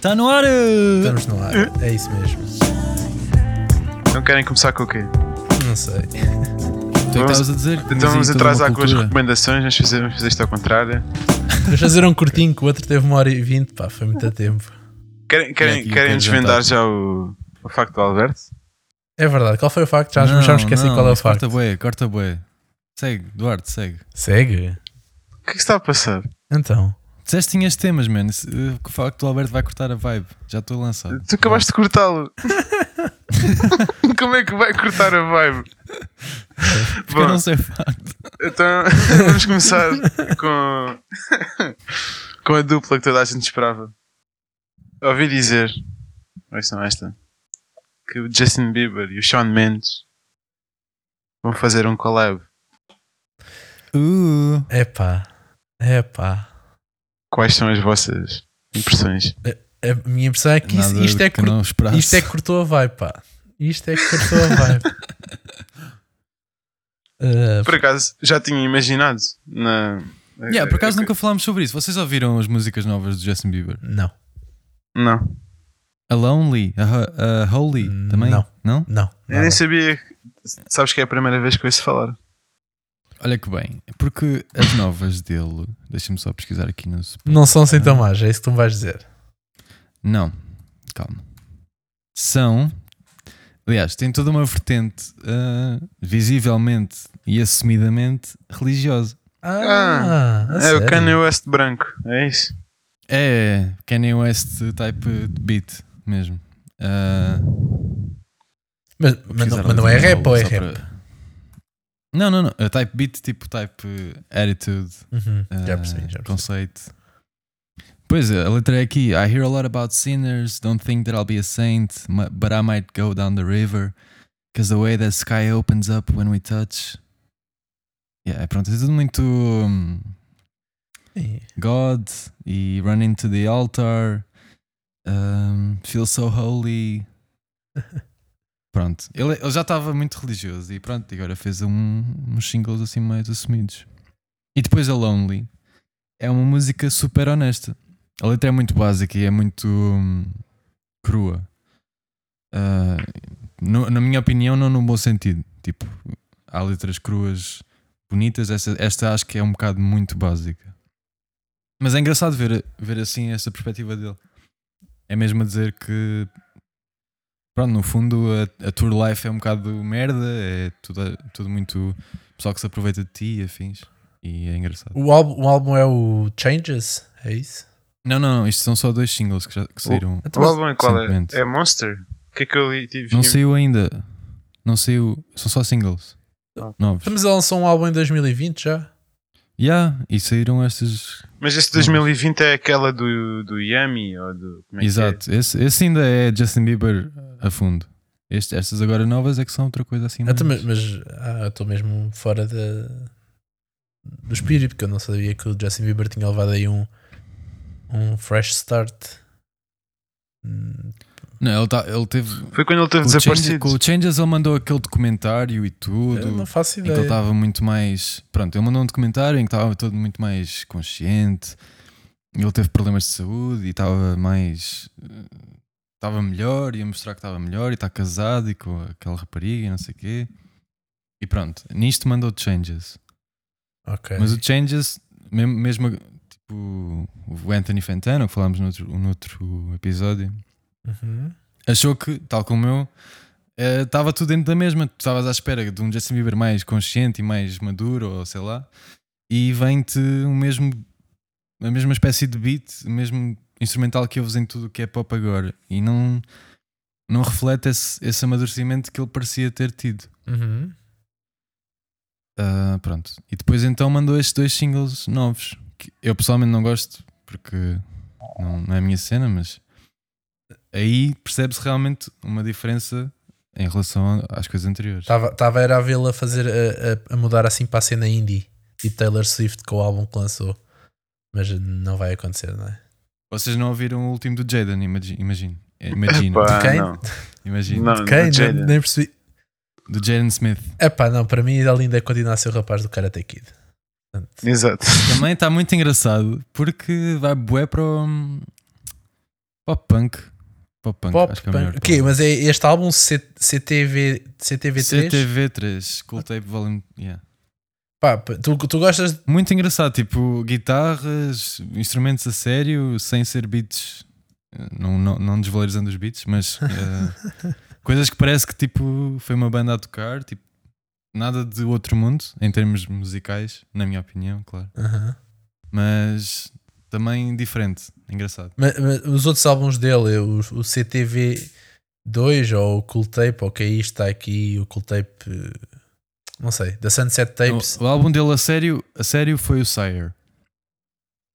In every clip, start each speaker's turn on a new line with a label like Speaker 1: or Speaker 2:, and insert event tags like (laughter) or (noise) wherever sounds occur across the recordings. Speaker 1: tá
Speaker 2: Está no
Speaker 1: eh,
Speaker 2: ar! uh.
Speaker 3: Estamos no ar, é isso mesmo.
Speaker 4: Não querem começar com o quê?
Speaker 3: Não sei. Tu é que
Speaker 4: Vamos-
Speaker 3: estavas a dizer? que
Speaker 4: Então vamos
Speaker 3: música de uma
Speaker 4: atrasar com as
Speaker 3: cultura.
Speaker 4: recomendações, nós fizemos, fizemos isto ao contrário.
Speaker 3: Eles fizeram um curtinho que o outro teve uma hora e vinte, pá, foi muito a tempo.
Speaker 4: Querem,
Speaker 3: Não é
Speaker 4: querem,
Speaker 3: que
Speaker 4: querem
Speaker 3: quero
Speaker 4: desvendar
Speaker 3: jantar.
Speaker 4: já o, o facto do Alberto?
Speaker 3: É verdade, qual foi o facto? Já, já me esqueci
Speaker 1: não,
Speaker 3: qual é o
Speaker 1: isso
Speaker 3: facto.
Speaker 1: Corta bué, corta bué. Segue, Duarte, segue.
Speaker 3: Segue?
Speaker 4: O que é que está a passar?
Speaker 3: Então.
Speaker 1: Disseste que tinhas temas, mano. Isso, eh, O facto do Alberto vai cortar a vibe. Já estou a lançar.
Speaker 4: Tu acabaste de
Speaker 3: (laughs)
Speaker 4: cortá-lo. (laughs) Como é que vai cortar a vibe?
Speaker 1: Porque eu
Speaker 4: Bom,
Speaker 1: não sei facto.
Speaker 4: então (laughs) vamos começar com, (laughs) com a dupla que toda a gente esperava. Ouvi dizer, ouçam esta, que o Justin Bieber e o Shawn Mendes vão fazer um collab.
Speaker 1: Uh,
Speaker 3: Epá, epá.
Speaker 4: Quais são as vossas impressões?
Speaker 3: A minha impressão é que isso-
Speaker 1: nada
Speaker 3: isto, é
Speaker 1: que
Speaker 3: cur-
Speaker 1: não esperasse.
Speaker 3: isto é que cortou a vibe, pá. Isto é que cortou a vibe. Ah,
Speaker 4: Por acaso, já tinha imaginado na.
Speaker 1: (laughs) Yeah, por acaso
Speaker 4: eh,
Speaker 1: nunca falámos sobre isso. Vocês ouviram as músicas novas do Justin Bieber?
Speaker 3: não,
Speaker 4: Não.
Speaker 1: A Lonely, a, Ho- a Holy
Speaker 3: Hum,
Speaker 1: também?
Speaker 3: não.
Speaker 1: Não?
Speaker 3: não.
Speaker 4: Eu nem sabia. que- Sabes que é a primeira vez que ouço falar.
Speaker 1: Olha que bem. Porque as novas dele. Deixa-me só pesquisar aqui no. Spotify.
Speaker 3: Não são assim tão más, é isso que tu me vais dizer.
Speaker 1: Não, calma. São, aliás, tem toda uma vertente ah, visivelmente e assumidamente religiosa.
Speaker 3: Ah, a
Speaker 4: É
Speaker 3: sério?
Speaker 4: o Kanye West branco, é isso?
Speaker 1: É Kanye West type de beat mesmo. Ah,
Speaker 3: Mas,
Speaker 1: vou
Speaker 3: mas não,
Speaker 1: pesquisar
Speaker 3: mas não
Speaker 1: ali
Speaker 3: é
Speaker 1: no
Speaker 3: rap
Speaker 1: Google
Speaker 3: ou é
Speaker 1: só
Speaker 3: rap?
Speaker 1: para- Não, não, não. É type beat, tipo type eh, attitude,
Speaker 3: Uhum,
Speaker 1: ah,
Speaker 3: já percebi, já percebi.
Speaker 1: conceito. Pois é, a letra é aqui. I hear a lot about sinners, don't think that I'll be a saint, mu- but I might go down the river. Because the way the sky opens up when we touch. Yeah, pronto, é tudo muito hum,
Speaker 3: Sim.
Speaker 1: God e run into the altar, hum, feel so holy. Pronto, ele, ele já estava muito religioso e pronto, e agora fez um, uns singles assim mais assumidos. E depois a Lonely é uma música super honesta. A letra é muito básica e é muito hum, crua. Ah, no- na minha opinião, não no bom sentido. Tipo, há letras cruas bonitas, esta, esta acho que é um bocado muito básica. Mas é engraçado ver, ver assim essa perspectiva dele. É mesmo a dizer que, pronto, no fundo a, a tour life é um bocado merda, é tudo, tudo muito pessoal que se aproveita de ti e afins. E é engraçado.
Speaker 3: O, álbum, o álbum é o Changes, é isso?
Speaker 1: Não, não, não, isto são só dois singles que, já, que saíram.
Speaker 3: Então,
Speaker 4: O álbum é qual é?
Speaker 1: recentemente.
Speaker 4: É Monster? O que é que eu li? Tive
Speaker 1: Não saiu ainda. Não saiu. São só singles.
Speaker 4: Ah.
Speaker 1: Novos.
Speaker 3: Mas ele lançou um álbum em 2020 já?
Speaker 1: Yeah, e saíram estas.
Speaker 4: Mas esse 2020 é aquela do, do Yami ou do. Como é que
Speaker 1: Exato. Esse, esse ainda é Justin Bieber a fundo. Este- estas agora novas é que são outra coisa assim.
Speaker 3: Ah, tá,
Speaker 1: mais-
Speaker 3: mas mas, ah, eu estou mesmo fora da- do espírito, porque eu não sabia que o Justin Bieber tinha levado aí um, um fresh start. Hum,
Speaker 1: Não, ele, tá, ele teve.
Speaker 4: é? Foi quando ele teve
Speaker 1: com o Changes-
Speaker 4: desaparecido.
Speaker 1: Com o Changes ele mandou aquele documentário e
Speaker 3: eu
Speaker 1: tudo.
Speaker 3: É, não faço
Speaker 1: Em que ele
Speaker 3: ideia.
Speaker 1: estava muito mais. Pronto, ele mandou um documentário em que estava todo muito mais consciente. Ele teve problemas de saúde e estava mais. eh, Estava melhor, ia mostrar que estava melhor e está casado e com aquela rapariga e não sei o quê. E pronto, nisto mandou changes.
Speaker 3: Ok.
Speaker 1: Mas o changes, mem- mesmo tipo o Anthony Fantano, que falámos no outro, no outro episódio,
Speaker 3: Uhum.
Speaker 1: achou que, tal como eu, eh, estava tudo dentro da mesma. Tu estavas à espera de um Justin Bieber mais consciente e mais maduro, ou sei lá, e vem-te o mesmo, a mesma espécie de beat, o mesmo instrumental que ouves em tudo o que é pop agora. E não, não reflete esse, esse amadurecimento que ele parecia ter tido.
Speaker 3: Uhum.
Speaker 1: Ah, pronto. E depois então mandou estes dois singles novos. Que eu pessoalmente não gosto porque não, não é a minha cena, mas aí percebe-se realmente uma diferença em relação a- às coisas anteriores.
Speaker 3: Tava, tava era a vê-la fazer a, a- a mudar assim para a cena indie e Taylor Swift com o álbum que lançou. Mas não vai acontecer, não é?
Speaker 1: Vocês não ouviram o último do Jaden, imagi- imagino. É, Imagino.
Speaker 4: Pá,
Speaker 3: quem?
Speaker 4: Não,
Speaker 1: imagino.
Speaker 4: não, do
Speaker 3: Ok, nem,
Speaker 4: Jaden.
Speaker 3: nem percebi.
Speaker 1: Do Jaden Smith.
Speaker 3: Epá, não, para mim a linda é continuar a ser o rapaz do Karate Kid. Portanto,
Speaker 4: Exato.
Speaker 1: tá Também está muito engraçado porque vai bué para o, Pop punk. Pop punk,
Speaker 3: Pop
Speaker 1: acho que é a melhor
Speaker 3: punk. Ok,
Speaker 1: palavra.
Speaker 3: mas é este álbum C- CTV, CTV3?
Speaker 1: CTV3, Cool Tape Volume. yeah.
Speaker 3: Pá, tu, tu gostas.
Speaker 1: Muito engraçado, tipo, guitarras, instrumentos a sério, sem ser beats. Não, não, não desvalorizando os beats, mas eh, coisas que parece que tipo foi uma banda a tocar, tipo, nada de outro mundo em termos musicais, na minha opinião, claro.
Speaker 3: Aham.
Speaker 1: Mas também diferente, engraçado.
Speaker 3: Ma- ma- os outros álbuns dele, o, o CTV2 ou o Cool Tape, ou o que aí está aqui, o Cool Tape, eh, não sei, da Sunset Tapes.
Speaker 1: O, o álbum dele a sério, a sério foi o Sire.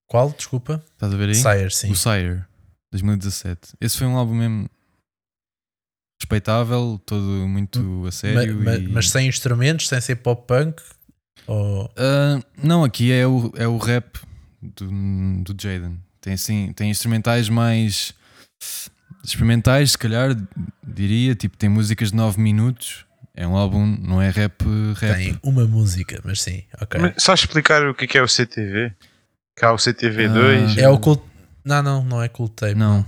Speaker 3: Qual? Desculpa?
Speaker 1: Estás a ver aí?
Speaker 3: Sire, sim.
Speaker 1: O Sire, 2017. Esse foi um álbum mesmo respeitável, todo muito a sério.
Speaker 3: Hum, Ma- ma-
Speaker 1: e-
Speaker 3: Mas sem instrumentos, sem ser pop punk. Ou...
Speaker 1: Ah, não, aqui é o, é o rap do, do Jaden. Tem assim, tem instrumentais mais experimentais, se calhar, diria. Tipo, tem músicas de 9 minutos. É um álbum, não é rap, rap.
Speaker 3: Tem uma música, mas sim, ok.
Speaker 4: Mas Só explicar o que que é o CTV. Cá o CTV2.
Speaker 3: É o Cool. Não, não, não é Cool Tape.
Speaker 1: Não.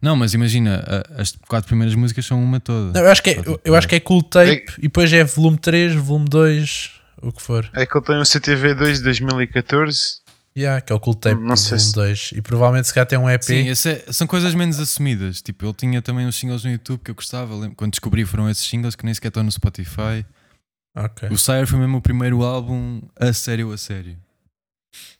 Speaker 1: Não, mas imagina, a- as quatro primeiras músicas são uma toda.
Speaker 3: Não, eu, acho que é, eu, eu acho que é Cool Tape e depois é volume 3, volume 2, o que for.
Speaker 4: É que ele tem o CTV2 de 2014.
Speaker 3: Yeah, que é o Cool Tape
Speaker 4: Não sei
Speaker 3: volume
Speaker 4: se-
Speaker 3: 2. E provavelmente se calhar tem um EP.
Speaker 1: Sim, esse é- são coisas menos assumidas. Tipo, ele tinha também uns singles no YouTube que eu gostava. lembro- Quando descobri foram esses singles que nem sequer estão no Spotify.
Speaker 3: Ok.
Speaker 1: O Sire foi mesmo o primeiro álbum a sério, a sério.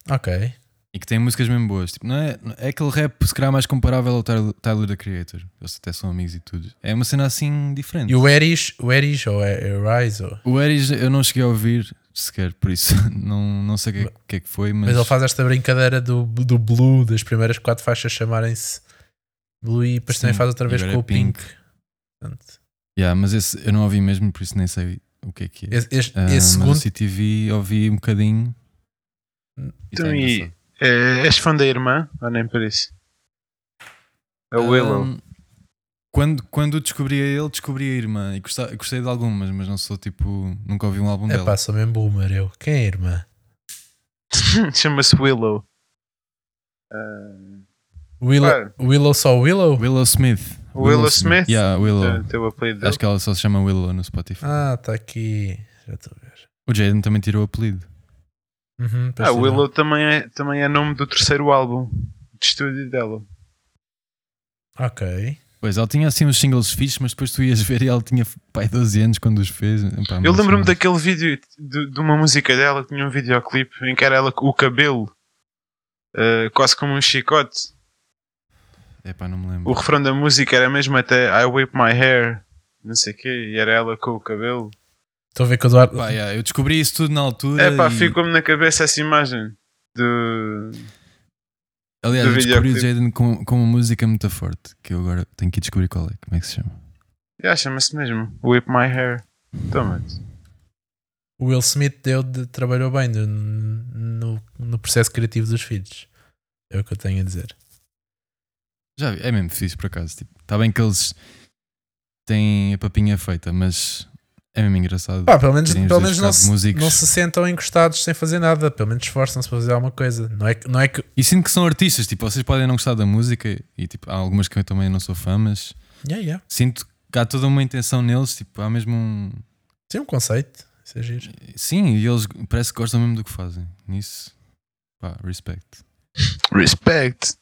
Speaker 3: Ok.
Speaker 1: E que tem músicas mesmo boas. Tipo, não é, é aquele rap, se calhar, mais comparável ao Tyler, Tyler, the Creator. Eles até são amigos e tudo. É uma cena assim diferente.
Speaker 3: E o Eris, o Eris ou é, é Rise, ou-
Speaker 1: O Eris eu não cheguei a ouvir sequer, por isso (laughs) não, não sei o que, é- o que é que foi, mas,
Speaker 3: mas ele faz esta brincadeira do, do Blue, das primeiras quatro faixas chamarem-se Blue e depois
Speaker 1: Sim,
Speaker 3: também faz outra vez
Speaker 1: agora é
Speaker 3: com o Pink. Portanto,
Speaker 1: Yeah, mas esse eu não ouvi mesmo, por isso nem sei o que é que é.
Speaker 3: esse, este-
Speaker 1: Ah,
Speaker 3: esse
Speaker 1: mas o
Speaker 3: segundo,
Speaker 1: CTV ouvi um bocadinho. E
Speaker 4: Então,
Speaker 1: tá
Speaker 4: e-
Speaker 1: engraçado.
Speaker 4: É, és fã da irmã? Ou nem por isso? É o Willow.
Speaker 1: Um, quando, quando descobri a ele, descobri a irmã e gosta- gostei, de algumas, mas não sou tipo. Nunca ouvi um álbum
Speaker 3: é
Speaker 1: dela.
Speaker 3: pá, sou mesmo boomer eu. Quem é a irmã?
Speaker 4: (laughs) Chama-se Willow. Ah,
Speaker 3: Willow,
Speaker 4: Ah.
Speaker 3: Willow só Willow?
Speaker 1: Willow Smith.
Speaker 4: Willow Smith?
Speaker 1: Yeah, Willow.
Speaker 4: É Teu- Teu apelido dele.
Speaker 1: Acho que ela só se chama Willow no Spotify.
Speaker 3: Ah, está aqui. Já estou a ver.
Speaker 1: O Jaden também tirou o apelido.
Speaker 3: Uhum,
Speaker 4: Ah,
Speaker 3: parece
Speaker 4: Willow também é, também é nome do terceiro álbum de estúdio dela.
Speaker 3: que não. Ok.
Speaker 1: Pois, ela tinha assim uns singles fixos, mas depois tu ias ver e ela tinha pai 12 anos quando os fez. Epá,
Speaker 4: Eu
Speaker 1: mas-
Speaker 4: lembro-me
Speaker 1: mas-
Speaker 4: daquele vídeo de, de uma música dela que tinha um videoclipe em que era ela com o cabelo eh, quase como um chicote.
Speaker 1: é. Epá, não me lembro.
Speaker 4: O refrão da música era mesmo até I whip my hair, não sei o quê, e era ela com o cabelo.
Speaker 3: Estou a ver que o Eduardo.
Speaker 1: Epá, yeah, eu descobri isso tudo na altura.
Speaker 4: É pá,
Speaker 1: e-
Speaker 4: ficou-me na cabeça essa imagem do.
Speaker 1: Aliás,
Speaker 4: do
Speaker 1: eu descobri o
Speaker 4: videoclipe.
Speaker 1: Jaden com, com uma música muito forte que eu agora tenho que ir descobrir qual é. Como é que se chama?
Speaker 4: Yeah, chama-se mesmo Whip My Hair. Toma.
Speaker 3: O Will Smith deu de- trabalhou bem no, no, no processo criativo dos filhos. É o que eu tenho a dizer.
Speaker 1: Já vi, é mesmo fixe por acaso. Tipo, está bem que eles têm a papinha feita, mas é mesmo engraçado.
Speaker 3: Pá, pelo menos,
Speaker 1: terem os
Speaker 3: pelo
Speaker 1: dois
Speaker 3: menos não,
Speaker 1: ficado
Speaker 3: se,
Speaker 1: músicos.
Speaker 3: não se sentam encostados sem fazer nada. Pelo menos esforçam-se para fazer alguma coisa. Não é que. Não é que
Speaker 1: E sinto que são artistas, tipo, vocês podem não gostar da música e tipo, há algumas que eu também não sou fã, mas
Speaker 3: yeah, yeah.
Speaker 1: sinto que há toda uma intenção neles, tipo, há mesmo um.
Speaker 3: Tem um conceito. Isso é giro. (laughs)
Speaker 1: Sim, e eles parece que gostam mesmo do que fazem. Nisso, pá, respect.
Speaker 4: Respect.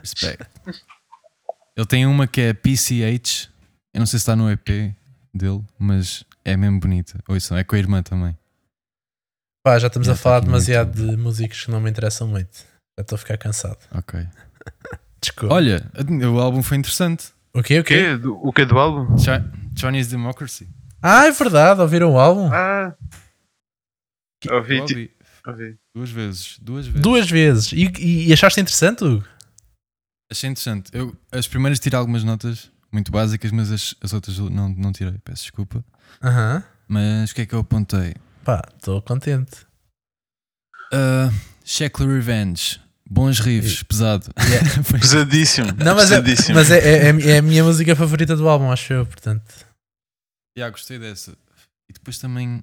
Speaker 1: Respect. (laughs) Ele tem uma que é PCH, eu não sei se está no EP dele, mas é mesmo bonita. Ouçam, é com a irmã também.
Speaker 3: Pá, já estamos
Speaker 1: Yeah,
Speaker 3: a
Speaker 1: tá
Speaker 3: falar
Speaker 1: aqui muito.
Speaker 3: demasiado de músicos que não me interessam muito. Já estou a ficar cansado.
Speaker 1: Ok.
Speaker 3: Desculpa.
Speaker 1: Olha, o álbum foi interessante.
Speaker 3: O quê? O
Speaker 4: O
Speaker 3: quê?
Speaker 4: (laughs) quê? Do- O que é do álbum?
Speaker 1: Chi- Chinese Democracy.
Speaker 3: Ah, é verdade. Ouviram o álbum?
Speaker 4: Ah, Ouvi,
Speaker 1: Eu
Speaker 4: ti- ouvi.
Speaker 1: duas vezes. Duas vezes.
Speaker 3: Duas vezes. E, e- e achaste interessante? Hugo?
Speaker 1: Achei interessante. Eu, as primeiras tirei algumas notas muito básicas, mas as, as outras não, não tirei. Peço desculpa.
Speaker 3: Aham.
Speaker 1: Mas o que é que eu apontei?
Speaker 3: Pá, estou contente.
Speaker 1: Ah, Shackler Revenge. Bons riffs, pesado. (laughs) Foi-
Speaker 4: Pesadíssimo.
Speaker 3: Não, mas, é,
Speaker 4: pesadíssimo.
Speaker 3: mas é, é, é- é a minha música favorita do álbum, acho eu, portanto.
Speaker 1: Já, gostei dessa. E depois também.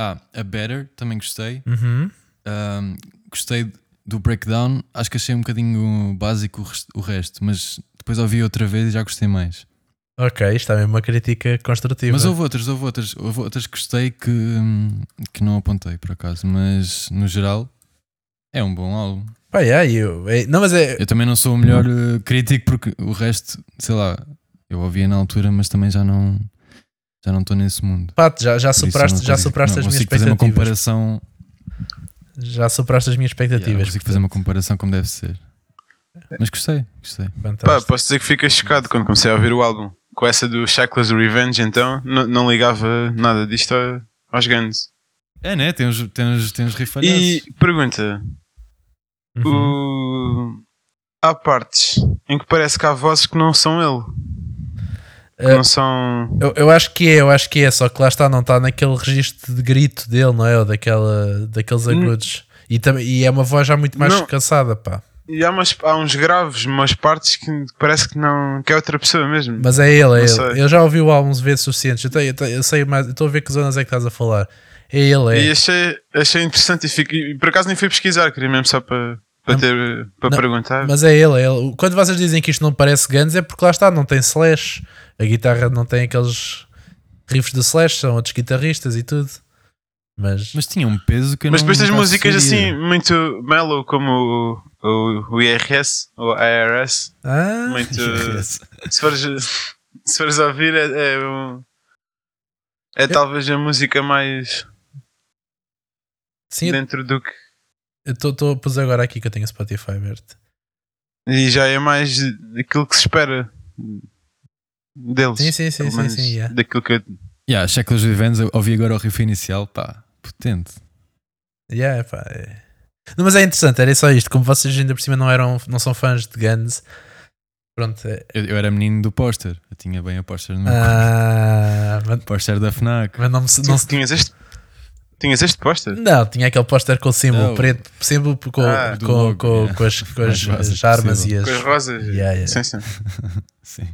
Speaker 1: Ah, a Better, também gostei.
Speaker 3: Uhum.
Speaker 1: Ahm, gostei do breakdown, acho que achei um bocadinho básico o res- o resto, mas depois ouvi outra vez e já gostei mais.
Speaker 3: Ok, isto é mesmo uma crítica construtiva.
Speaker 1: Mas houve outras, houve outras, houve outras que gostei que, hum, que não apontei por acaso, mas no geral é um bom álbum.
Speaker 3: Pá, yeah, eu, é- não, mas é.
Speaker 1: Eu também não sou o melhor eh, crítico porque o resto, sei lá, eu ouvia na altura, mas também já não já não estou nesse mundo.
Speaker 3: Pá, já, já
Speaker 1: Por isso
Speaker 3: superaste,
Speaker 1: eu não
Speaker 3: já
Speaker 1: consigo-
Speaker 3: superaste
Speaker 1: não
Speaker 3: as minhas
Speaker 1: consigo fazer uma
Speaker 3: expectativas.
Speaker 1: comparação,
Speaker 3: Já superaste as minhas
Speaker 1: yeah, não
Speaker 3: expectativas.
Speaker 1: consigo fazer uma comparação como deve ser. Mas gostei, gostei.
Speaker 4: Pá,
Speaker 3: Fantástico.
Speaker 4: posso dizer que fiquei chocado quando comecei a ouvir o álbum. Com essa do Shackles Revenge, então, n- não ligava nada disto a- aos grandes.
Speaker 1: É, né? Tem uns, tem uns, tem uns rifalhaços.
Speaker 4: E pergunta:
Speaker 3: Uhum.
Speaker 4: o- há partes em que parece que há vozes que não são ele? Que
Speaker 3: Eh,
Speaker 4: não são.
Speaker 3: Eu, eu acho que é, eu acho que é, só que lá está, não está naquele registro de grito dele, não é? Ou daquela, daqueles
Speaker 4: Hum.
Speaker 3: agudos. E, também, e é uma voz já muito mais
Speaker 4: Não.
Speaker 3: cansada, pá.
Speaker 4: E há, umas- há uns graves, umas partes que parece que não. que é outra pessoa mesmo.
Speaker 3: Mas é ele, é
Speaker 4: Não
Speaker 3: ele.
Speaker 4: sei.
Speaker 3: Eu já ouvi o álbum vezes suficientes. Eu, tenho- eu tenho- eu sei mais, eu estou a ver que zonas é que estás a falar. É ele, é.
Speaker 4: E achei, achei interessante e, fiquei, e por acaso nem fui pesquisar, queria mesmo só para, para,
Speaker 3: Não,
Speaker 4: ter, para
Speaker 3: não,
Speaker 4: perguntar.
Speaker 3: Mas é ele, é ele. Quando vocês dizem que isto não parece Guns é porque lá está, não tem Slash. A guitarra não tem aqueles riffs do Slash, são outros guitarristas e tudo. Mas,
Speaker 1: Mas tinha um peso que eu
Speaker 4: Mas
Speaker 1: não
Speaker 4: depois tens
Speaker 1: nunca
Speaker 4: músicas assim
Speaker 1: associaria.
Speaker 4: muito mellow, como o, o, o IRS ou IRS.
Speaker 3: Ah,
Speaker 4: Muito. se, fores, se fores ouvir, é, é, um- é talvez a música mais
Speaker 3: (laughs) sim,
Speaker 4: dentro do que.
Speaker 3: eu estou a pôr agora aqui que eu tenho o Spotify aberto.
Speaker 4: E já é mais aquilo que se espera deles.
Speaker 3: Sim, sim, sim,
Speaker 4: pelo
Speaker 3: sim,
Speaker 4: menos
Speaker 3: sim. yeah.
Speaker 4: Daquilo que eu.
Speaker 1: Yeah, Shackles Revenge, eu ouvi agora o riff inicial, pá, potente.
Speaker 3: Yeah, pá, é. Não, mas é interessante, era só isto. Como vocês ainda por cima não, eram, não são fãs de Guns, pronto. é-
Speaker 1: Eu, eu era menino do póster, eu tinha bem a póster no meu quarto.
Speaker 3: Ah, mas,
Speaker 1: Póster da Fnac.
Speaker 3: mas não, me- não,
Speaker 4: Não tinhas este. Tinhas este póster?
Speaker 3: Não, tinha aquele póster com o símbolo
Speaker 1: Não.
Speaker 3: preto, símbolo com,
Speaker 4: Ah,
Speaker 3: com,
Speaker 1: do logo,
Speaker 3: com,
Speaker 1: yeah.
Speaker 3: com as, com as-
Speaker 1: Mais fácil
Speaker 3: as armas
Speaker 1: possível.
Speaker 3: e
Speaker 4: Com
Speaker 3: as.
Speaker 4: as rosas?
Speaker 3: Yeah, yeah.
Speaker 4: Sim, sim.
Speaker 3: (laughs)
Speaker 1: Sim.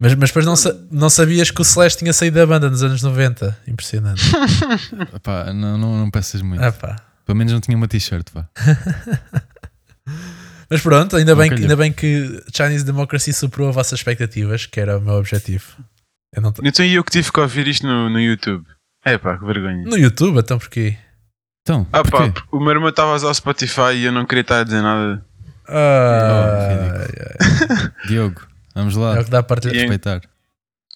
Speaker 3: Mas, mas depois não, sa- não sabias que o Slash tinha saído da banda nos anos 90. Impressionante.
Speaker 1: (laughs) Pá, não, não, não peças muito.
Speaker 3: Ah, pá.
Speaker 1: Pelo menos não tinha uma t-shirt, pá.
Speaker 3: Mas pronto, ainda
Speaker 1: Não
Speaker 3: bem, que-
Speaker 1: calhou.
Speaker 3: ainda bem que Chinese Democracy superou as vossas expectativas, que era o meu objetivo. Eu não t-
Speaker 4: Então e eu que tive que ouvir isto no, no YouTube? É pá, que vergonha.
Speaker 3: no YouTube, então porquê?
Speaker 1: Então,
Speaker 4: Ah pá,
Speaker 1: porquê?
Speaker 4: porque o meu irmão estava a usar o Spotify e eu não queria estar a dizer nada.
Speaker 1: é
Speaker 3: Ah,
Speaker 1: Diogo, vamos
Speaker 3: é,
Speaker 1: lá,
Speaker 3: é o que dá a partilhar.
Speaker 1: respeitar.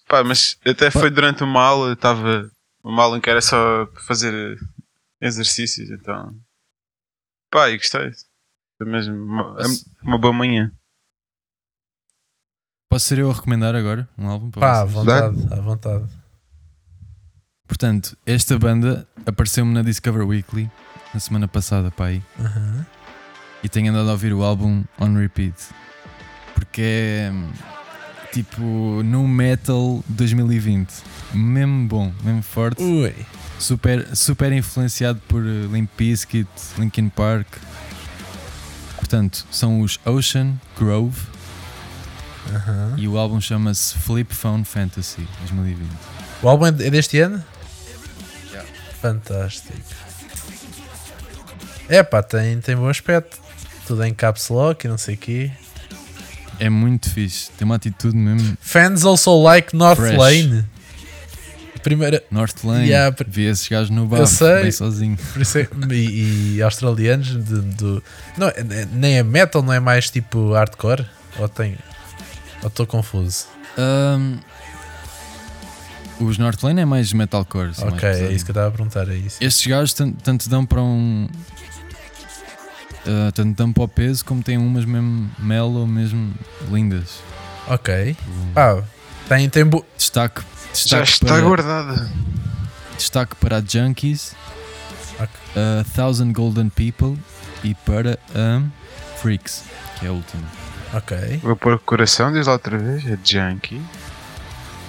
Speaker 4: Pá, mas até foi durante uma aula, estava uma aula em que era só para fazer exercícios, então. Pá, e gostei. Foi mesmo uma, uma boa manhã.
Speaker 1: Posso ser eu a recomendar agora um álbum para
Speaker 3: Pá, à
Speaker 1: vocês?
Speaker 3: vontade, à vontade.
Speaker 1: Portanto, esta banda apareceu-me na Discover Weekly na semana passada, pá, aí.
Speaker 3: Uhum.
Speaker 1: e tenho andado a ouvir o álbum on repeat porque é hum, tipo no metal 2020 mesmo bom mesmo forte
Speaker 3: Ui.
Speaker 1: super super influenciado por eh, Limp Bizkit Linkin Park portanto são os Ocean Grove
Speaker 3: Uhum.
Speaker 1: e o álbum chama-se Flip Phone Fantasy 2020
Speaker 3: O álbum é de- é deste ano? Fantástico. É pá, tem, tem bom aspecto. Tudo em caps lock e não sei o quê.
Speaker 1: é muito fixe tem uma atitude mesmo
Speaker 3: Fans also like North
Speaker 1: Fresh.
Speaker 3: Lane. Primeira,
Speaker 1: North Lane
Speaker 3: Yeah, per-
Speaker 1: vi esses gajos no bar
Speaker 3: sei.
Speaker 1: bem sozinho
Speaker 3: por isso é- e, e australianos de, do- não, é- nem é metal, não é mais tipo hardcore? Ou tem. Ou estou confuso.
Speaker 1: Ahm, os Northlane é mais metalcore. são mais
Speaker 3: ok, é
Speaker 1: pesadinhos.
Speaker 3: isso que eu estava a perguntar. É isso.
Speaker 1: Estes gajos tan- tanto, dão para um. ah, tanto dão para o peso como têm umas mesmo mellow, mesmo lindas.
Speaker 3: Ok. Pá, tem, tem bo-
Speaker 1: Destaque,
Speaker 4: Já
Speaker 1: destaque,
Speaker 4: está
Speaker 1: para,
Speaker 4: guardada.
Speaker 1: destaque para a Junkies,
Speaker 3: Ok.
Speaker 1: a Thousand Golden People e para a Freaks, que é a última.
Speaker 3: Ok.
Speaker 4: Vou pôr o coração, diz lá outra vez. É Junkie.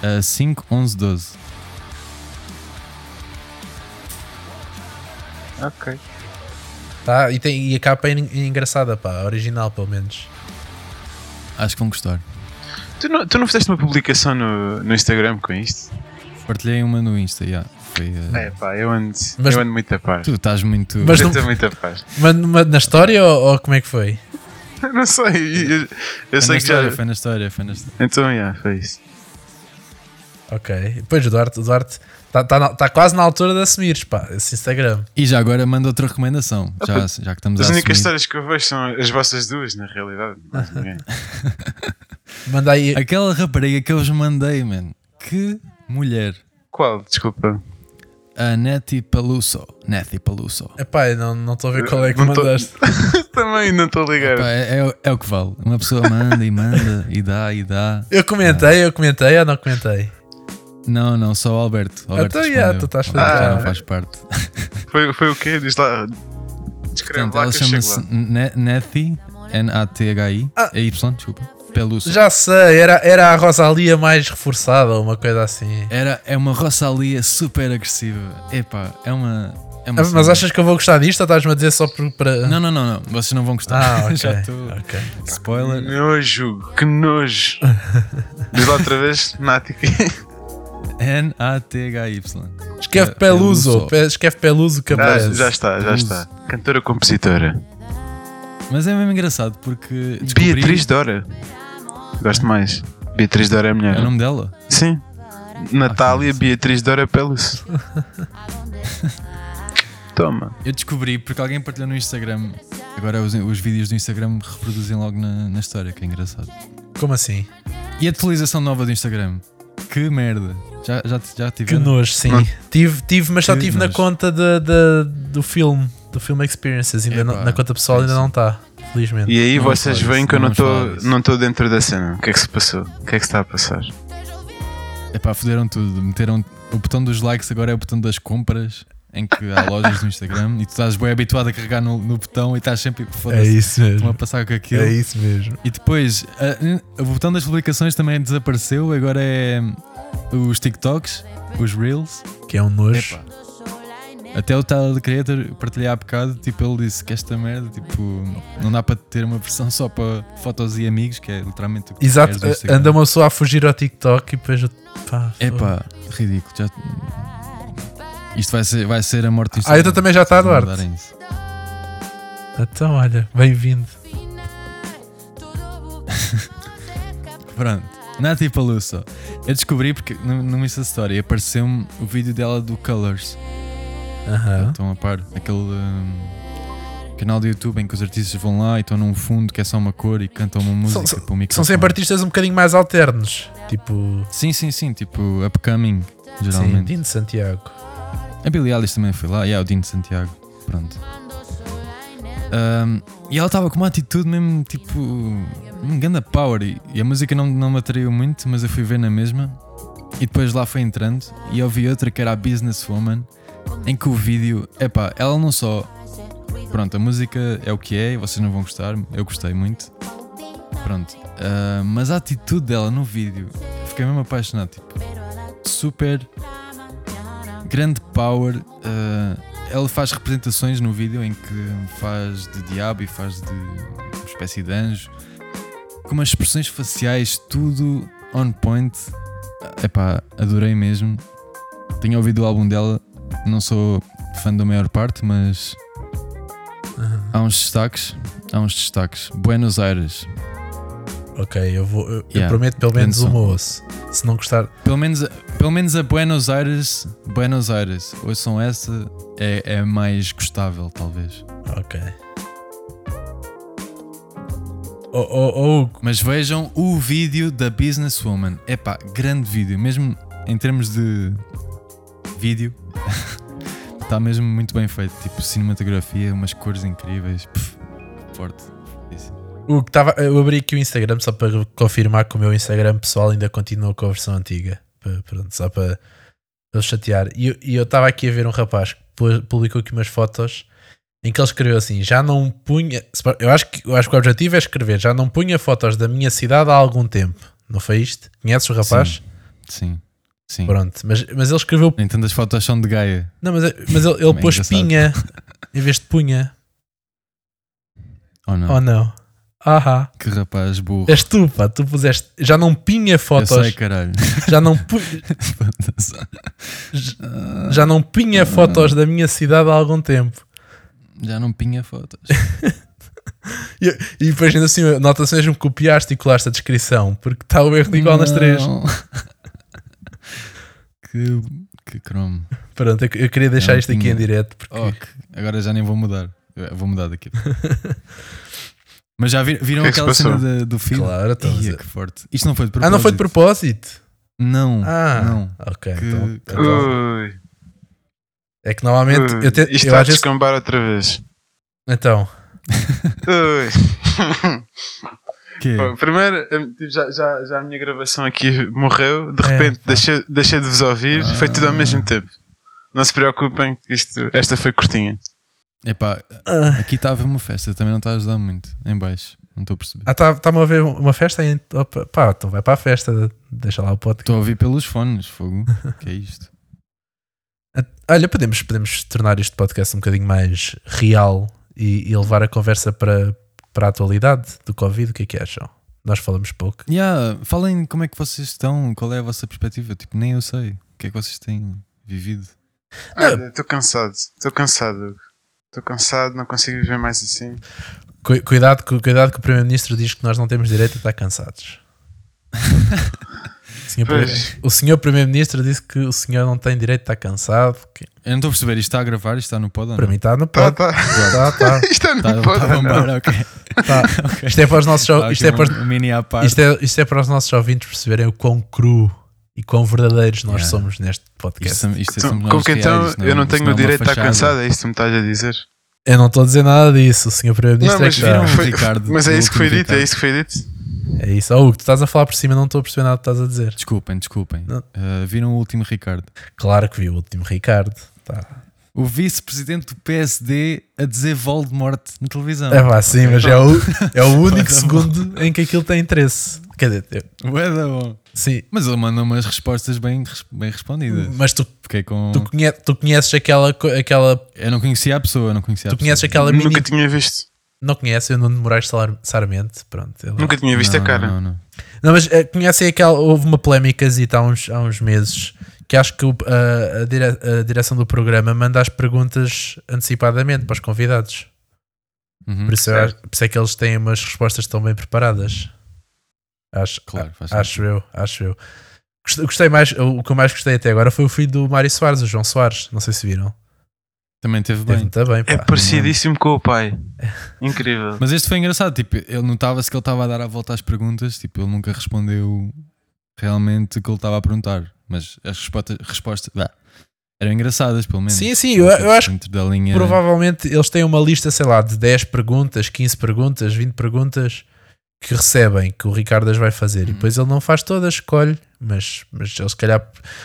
Speaker 1: A 5, 11, 12.
Speaker 4: Ok.
Speaker 3: Tá, e, tem, e a capa é en- é engraçada, pá, original pelo menos.
Speaker 1: Acho que vão gostar.
Speaker 4: Tu não, tu não fizeste uma publicação no, no Instagram com isto?
Speaker 1: Partilhei uma no Insta, yeah. Foi, uh,
Speaker 4: É pá, eu ando,
Speaker 3: Mas-
Speaker 4: eu ando muito a par.
Speaker 1: Tu estás muito.
Speaker 3: Mas
Speaker 4: eu
Speaker 3: não-
Speaker 4: estou muito a par. (laughs)
Speaker 3: Mas numa- na história ou, ou como é que foi?
Speaker 4: Não sei, eu,
Speaker 1: foi
Speaker 4: eu
Speaker 1: É na
Speaker 4: sei que já.
Speaker 1: história, foi na história, foi na história.
Speaker 4: Então, yeah, foi isso.
Speaker 3: Ok. Pois o Duarte, o Duarte está quase na altura de assumires, pá, esse Instagram.
Speaker 1: E já agora manda outra recomendação, já, já que estamos
Speaker 4: Ah, As
Speaker 1: a
Speaker 4: únicas
Speaker 1: assumir.
Speaker 4: histórias que eu vejo são as vossas duas, na realidade. Mais ninguém.
Speaker 3: Manda aí.
Speaker 1: Aquela rapariga que eu vos mandei, mano. Que mulher.
Speaker 4: Qual? Desculpa.
Speaker 1: A Neti Paluso. Neti Paluso.
Speaker 3: Epá, eu não estou a ver qual é que
Speaker 4: Não tô-
Speaker 3: mandaste.
Speaker 4: Também não estou ligado.
Speaker 1: Pá, é, é o- é o que vale. Uma pessoa manda e manda e dá e dá.
Speaker 3: Eu comentei, eu comentei ou não comentei?
Speaker 1: Não, não, só o Alberto. O Alberto
Speaker 3: Então, yeah,
Speaker 1: respondeu.
Speaker 3: tu estás Ah.
Speaker 1: O Alberto já
Speaker 3: fazendo-
Speaker 1: não faz parte.
Speaker 4: Foi, foi o quê? Diz lá. Descreve
Speaker 1: Portanto,
Speaker 4: lá
Speaker 1: ela
Speaker 4: que eu chego
Speaker 1: chama-se
Speaker 4: lá.
Speaker 1: Ne- Neti, N-A-T-H-I, é Y, desculpa, Peluso.
Speaker 3: Ah. Já sei, era, era a Rosalia mais reforçada ou uma coisa assim.
Speaker 1: Era, é uma Rosalia super agressiva. Epá, é uma. É uma
Speaker 3: Ah, mas
Speaker 1: cena.
Speaker 3: achas que eu vou gostar disto ou estás-me a dizer só por- para.
Speaker 1: Não, não, não, não, vocês não vão gostar.
Speaker 3: Ah, ok.
Speaker 1: (laughs) Já estou.
Speaker 3: ok.
Speaker 4: Que
Speaker 1: Spoiler.
Speaker 4: nojo,
Speaker 1: (laughs)
Speaker 4: que nojo. Diz lá outra vez, Nática.
Speaker 1: N-A-T-H-Y.
Speaker 3: Escreve
Speaker 1: É-
Speaker 3: Peluso,
Speaker 1: Peluso.
Speaker 3: pe- escreve Peluso que
Speaker 4: Ah,
Speaker 3: aparece.
Speaker 4: já está, já está. Cantora compositora.
Speaker 1: Mas é mesmo engraçado porque. Descobri
Speaker 4: Beatriz Dora. Gosto mais. Beatriz Dora é melhor.
Speaker 1: É o nome dela?
Speaker 4: Sim.
Speaker 1: Ah,
Speaker 4: Natália Beatriz Dora Pelos.
Speaker 1: (laughs)
Speaker 4: Toma.
Speaker 1: Eu descobri porque alguém partilhou no Instagram. Agora os, os vídeos do Instagram reproduzem logo na, na história, que é engraçado.
Speaker 3: Como assim?
Speaker 1: E a atualização nova do Instagram? Que merda! Já, já, já
Speaker 3: Que
Speaker 1: tiveram?
Speaker 3: nojo, sim.
Speaker 4: Não.
Speaker 3: Tive, tive, mas só
Speaker 1: Hum. Que
Speaker 3: tive na
Speaker 1: nojo.
Speaker 3: conta de, de- do filme, do filme Experiences,
Speaker 1: Epá,
Speaker 3: ainda
Speaker 1: é
Speaker 3: não- na conta pessoal ainda não está, felizmente. É
Speaker 4: E aí
Speaker 1: Não
Speaker 4: vocês
Speaker 1: fales,
Speaker 4: veem que eu não
Speaker 1: não
Speaker 4: estou
Speaker 1: fales.
Speaker 4: não tô dentro da cena. O que é que se passou? O que é que está a passar?
Speaker 1: É pá, fuderam tudo. Meteram o botão dos likes, agora é o botão das compras, em que há lojas no Instagram e tu estás bem habituado a carregar no, no botão e estás sempre
Speaker 3: É
Speaker 1: foda-se.
Speaker 3: isso
Speaker 1: Estão a
Speaker 3: mesmo.
Speaker 1: passar com aquilo.
Speaker 3: É isso mesmo.
Speaker 1: E depois a- o botão das publicações também desapareceu, agora é os TikToks, os Reels.
Speaker 3: Que é um nojo.
Speaker 1: Epá. Até o Tyler the Creator partilhei há bocado, tipo, ele disse que esta merda, tipo, não dá para ter uma versão só para fotos e amigos, que é literalmente o que
Speaker 3: Exato, eh,
Speaker 1: queres do Instagram.
Speaker 3: anda uma pessoa a fugir ao TikTok e depois. Pá,
Speaker 1: Epá, ridículo. Já... Isto vai ser, vai ser a morte do
Speaker 3: Ah,
Speaker 1: Instagram.
Speaker 3: então também já está,
Speaker 1: Vão
Speaker 3: Eduardo.
Speaker 1: mudar isso.
Speaker 3: Então, olha, bem-vindo.
Speaker 1: Pronto. tipo Nati Paluso. Eu descobri porque no- numa Insta Story apareceu-me o vídeo dela do Colors.
Speaker 3: Aham.
Speaker 1: Estão a par. Aquele hum, canal do YouTube em que os artistas vão lá e estão num fundo que é só uma cor e cantam uma música
Speaker 3: são-
Speaker 1: para o microfone.
Speaker 3: São sempre artistas um bocadinho mais alternos. Tipo.
Speaker 1: Sim, sim, sim. Tipo, upcoming,
Speaker 3: Sim,
Speaker 1: geralmente.
Speaker 3: Dino Santiago.
Speaker 1: A Billie Eilish também foi lá, e yeah, o Dino Santiago. Pronto. Ahm, e ela estava com uma atitude mesmo tipo. um ganda power. E, e a música não, não me atraiu muito, mas eu fui ver na mesma. E depois lá foi entrando e ouvi outra que era a Businesswoman, em que o vídeo. Epá, ela não só. Pronto, a música é o que é, vocês não vão gostar, eu gostei muito. Pronto. ah, mas a atitude dela no vídeo, fiquei mesmo apaixonado. Tipo, super grande power. eh, ela faz representações no vídeo em que faz de diabo e faz de uma espécie de anjo, com umas expressões faciais, tudo on point. Epá, adorei mesmo. Tenho ouvido o álbum dela, não sou fã da maior parte, mas
Speaker 3: Aham.
Speaker 1: há uns destaques. Há uns destaques. Buenos Aires.
Speaker 3: Ok, eu vou. Eu, eu
Speaker 1: Yeah,
Speaker 3: prometo pelo menos
Speaker 1: grande
Speaker 3: uma ouço. Se não gostar.
Speaker 1: Pelo menos, pelo menos a Buenos Aires, Buenos Aires, ouçam essa, é, é mais gostável, talvez.
Speaker 3: Ok. Oh, oh, oh,
Speaker 1: Mas vejam o vídeo da Businesswoman. Epá, grande vídeo. Mesmo em termos de vídeo, (laughs) está mesmo muito bem feito. Tipo, cinematografia, umas cores incríveis. Pff, forte.
Speaker 3: o que estava. Eu abri aqui o Instagram só para confirmar que o meu Instagram pessoal ainda continua com a versão antiga. Pa- Pronto, só para para os chatear. E eu- e eu estava aqui a ver um rapaz que pu- publicou aqui umas fotos em que ele escreveu assim: já não punha. Eu acho que, eu acho que o objetivo é escrever, já não punha fotos da minha cidade há algum tempo. Não foi isto? Conheces o rapaz?
Speaker 1: Sim, sim.
Speaker 3: Pronto, mas, mas ele escreveu
Speaker 1: No entanto, as fotos são de Gaia.
Speaker 3: Não, mas, mas ele, ele
Speaker 1: Também é
Speaker 3: pôs
Speaker 1: engraçado.
Speaker 3: pinha em vez de punha.
Speaker 1: Ou não?
Speaker 3: Oh não. Ahá.
Speaker 1: Que rapaz burro.
Speaker 3: És tu, pá, tu puseste. Já não pinha
Speaker 1: Eu
Speaker 3: fotos.
Speaker 1: sei, caralho. (laughs)
Speaker 3: Já não, pu- já não pinha fotos da minha cidade há algum tempo.
Speaker 1: Já não pinha fotos.
Speaker 3: E, e depois ainda assim, nota-se mesmo que copiaste e colaste a descrição, porque está o erro de (laughs) igual nas três.
Speaker 1: Não. (laughs) que, que Chrome.
Speaker 3: Pronto, eu, eu queria deixar
Speaker 1: Não
Speaker 3: isto aqui
Speaker 1: tinha.
Speaker 3: em direto, porque
Speaker 1: Oh, que- agora já nem vou mudar. Eu vou mudar daqui.
Speaker 3: (laughs)
Speaker 1: Mas já vi- viram
Speaker 4: O que é que se
Speaker 1: aquela cena
Speaker 4: passou?
Speaker 1: da- do feed?
Speaker 3: claro, então, mas-
Speaker 1: Ia, que forte. Isto não foi de
Speaker 3: Ah,
Speaker 1: propósito.
Speaker 3: não foi de propósito?
Speaker 1: Não.
Speaker 3: Ah.
Speaker 1: não.
Speaker 3: Ok,
Speaker 1: Que-
Speaker 3: então,
Speaker 1: que-
Speaker 3: então-
Speaker 4: Ui,
Speaker 3: É que normalmente
Speaker 4: ui,
Speaker 3: eu, te,
Speaker 4: Uh, isto
Speaker 3: eu
Speaker 4: está a
Speaker 3: às vezes-
Speaker 4: descambar outra vez.
Speaker 3: Então,
Speaker 4: (laughs) Ui.
Speaker 1: Que? é?
Speaker 4: Bom, primeiro, hum, tipo, já, já, já a minha gravação aqui morreu, de
Speaker 3: É,
Speaker 4: repente
Speaker 3: pá.
Speaker 4: deixei, deixei de vos ouvir,
Speaker 1: Ah.
Speaker 4: foi tudo ao mesmo tempo. Não se preocupem, que isto, esta foi curtinha.
Speaker 1: Epá,
Speaker 3: ah,
Speaker 1: aqui estava uma festa, também não está a ajudar muito. Em baixo. Não estou a perceber.
Speaker 3: está-me tá, a ver uma festa aí. Opa, pá, então vai para a festa, deixa lá o podcast.
Speaker 1: Estou a ouvir pelos fones, fogo. que é isto?
Speaker 3: Olha, podemos, podemos tornar este podcast um bocadinho mais real e, e levar a conversa para, para a atualidade do Covid. O que é que acham? Nós falamos pouco.
Speaker 1: Yeah, falem como é que vocês estão, qual é a vossa perspectiva. Tipo, nem eu sei. O que é que vocês têm vivido?
Speaker 3: Não.
Speaker 4: Olha, Estou cansado, estou cansado. Hugo. Estou cansado, não consigo viver mais assim.
Speaker 3: Cu- Cuidado, cu- cuidado que o Primeiro-Ministro diz que nós não temos direito a estar
Speaker 4: (laughs)
Speaker 3: cansados. O senhor Prime-
Speaker 4: Pois.
Speaker 3: o senhor Primeiro-Ministro disse que o senhor não tem direito a estar cansado. que
Speaker 1: Eu não estou a perceber, isto está a gravar, isto está no pod ou
Speaker 3: para
Speaker 1: não?
Speaker 3: mim está no
Speaker 4: Uhum. Tá,
Speaker 3: pod.
Speaker 4: tá.
Speaker 3: Tá,
Speaker 4: (laughs)
Speaker 3: tá,
Speaker 4: Isto é
Speaker 1: Está está
Speaker 4: não
Speaker 1: a
Speaker 4: pode, não.
Speaker 1: bombar, ok.
Speaker 4: (laughs)
Speaker 3: tá.
Speaker 1: Ok.
Speaker 3: Isto é para os nossos,
Speaker 1: Está
Speaker 3: isto é
Speaker 1: aqui
Speaker 3: para,
Speaker 1: um mini à
Speaker 4: Tá,
Speaker 1: parte.
Speaker 3: isto é, isto é para os nossos ouvintes perceberem o quão cru e quão verdadeiros nós
Speaker 1: Yeah.
Speaker 3: somos neste
Speaker 1: Isto
Speaker 3: podcast.
Speaker 1: são- é isto são
Speaker 4: Então,
Speaker 1: nós
Speaker 4: Como que então
Speaker 1: reais, isto
Speaker 4: eu não
Speaker 1: isto é
Speaker 4: tenho o
Speaker 1: uma
Speaker 4: direito de estar
Speaker 1: fachada.
Speaker 4: cansado? É isto que me estás a dizer?
Speaker 3: Eu não estou a dizer nada disso, o senhor Primeiro-Ministro é que está.
Speaker 1: viram-
Speaker 4: foi-
Speaker 1: Ricardo,
Speaker 4: mas é
Speaker 1: o
Speaker 4: isso que foi
Speaker 1: último
Speaker 4: dito, é
Speaker 1: Ricardo.
Speaker 4: isso que foi dito.
Speaker 3: É isso. Oh, Hugo, tu estás a falar por cima, não estou a perceber nada que estás a dizer.
Speaker 1: Desculpem, desculpem.
Speaker 3: Não.
Speaker 1: Uh, viram o último Ricardo?
Speaker 3: Claro que vi o último Ricardo. Tá.
Speaker 1: O vice-presidente do PSD a dizer Voldemort na televisão.
Speaker 3: É pá, sim, mas é o, é
Speaker 4: (laughs)
Speaker 3: o único segundo em que aquilo tem interesse. Quer dizer, eu-
Speaker 1: Ué, da bom.
Speaker 3: sim,
Speaker 1: Mas ele mandou umas respostas bem, res- bem respondidas.
Speaker 3: mas tu,
Speaker 1: Fiquei com.
Speaker 4: Hum.
Speaker 3: tu, conhe- tu conheces aquela. co- aquela
Speaker 1: Eu não conhecia a pessoa, eu não conhecia
Speaker 3: tu
Speaker 1: a pessoa.
Speaker 3: conheces aquela mini.
Speaker 4: Nunca tinha visto.
Speaker 3: Não conheces o Nuno Moraes Salar- Sarmento. Pronto. ele-
Speaker 4: Nunca tinha visto
Speaker 1: não,
Speaker 4: a cara.
Speaker 1: Não, não.
Speaker 3: Não, mas eh, conhecem aquela. Houve uma polémica há uns, há uns meses que acho que o- a, a dire- a direção do programa manda as perguntas antecipadamente para os convidados.
Speaker 1: Uhum.
Speaker 3: Por isso, eu acho- por isso é que eles têm umas respostas tão bem preparadas. Acho,
Speaker 1: Claro, faz
Speaker 3: a- acho eu, acho eu. Gost- Gostei mais, o que eu mais gostei até agora foi o filho do Mário Soares, o João Soares. Não sei se viram.
Speaker 1: Também teve
Speaker 3: Teve
Speaker 1: bem.
Speaker 3: muito bem, pá.
Speaker 4: É parecidíssimo com
Speaker 1: (laughs)
Speaker 4: o pai. Incrível.
Speaker 1: Mas este foi engraçado, tipo, ele notava-se que ele estava a dar a volta às perguntas, tipo, ele nunca respondeu realmente o que ele estava a perguntar, mas as respostas, respostas bah, eram engraçadas, pelo menos.
Speaker 3: Sim, sim, eu, eu acho
Speaker 1: Dentro da linha.
Speaker 3: Provavelmente eles têm uma lista, sei lá, de 10 perguntas, 15 perguntas, 20 perguntas que recebem, que o Ricardas vai fazer.
Speaker 1: Uhum.
Speaker 3: E depois ele não faz todas, escolhe, mas, mas eles se calhar,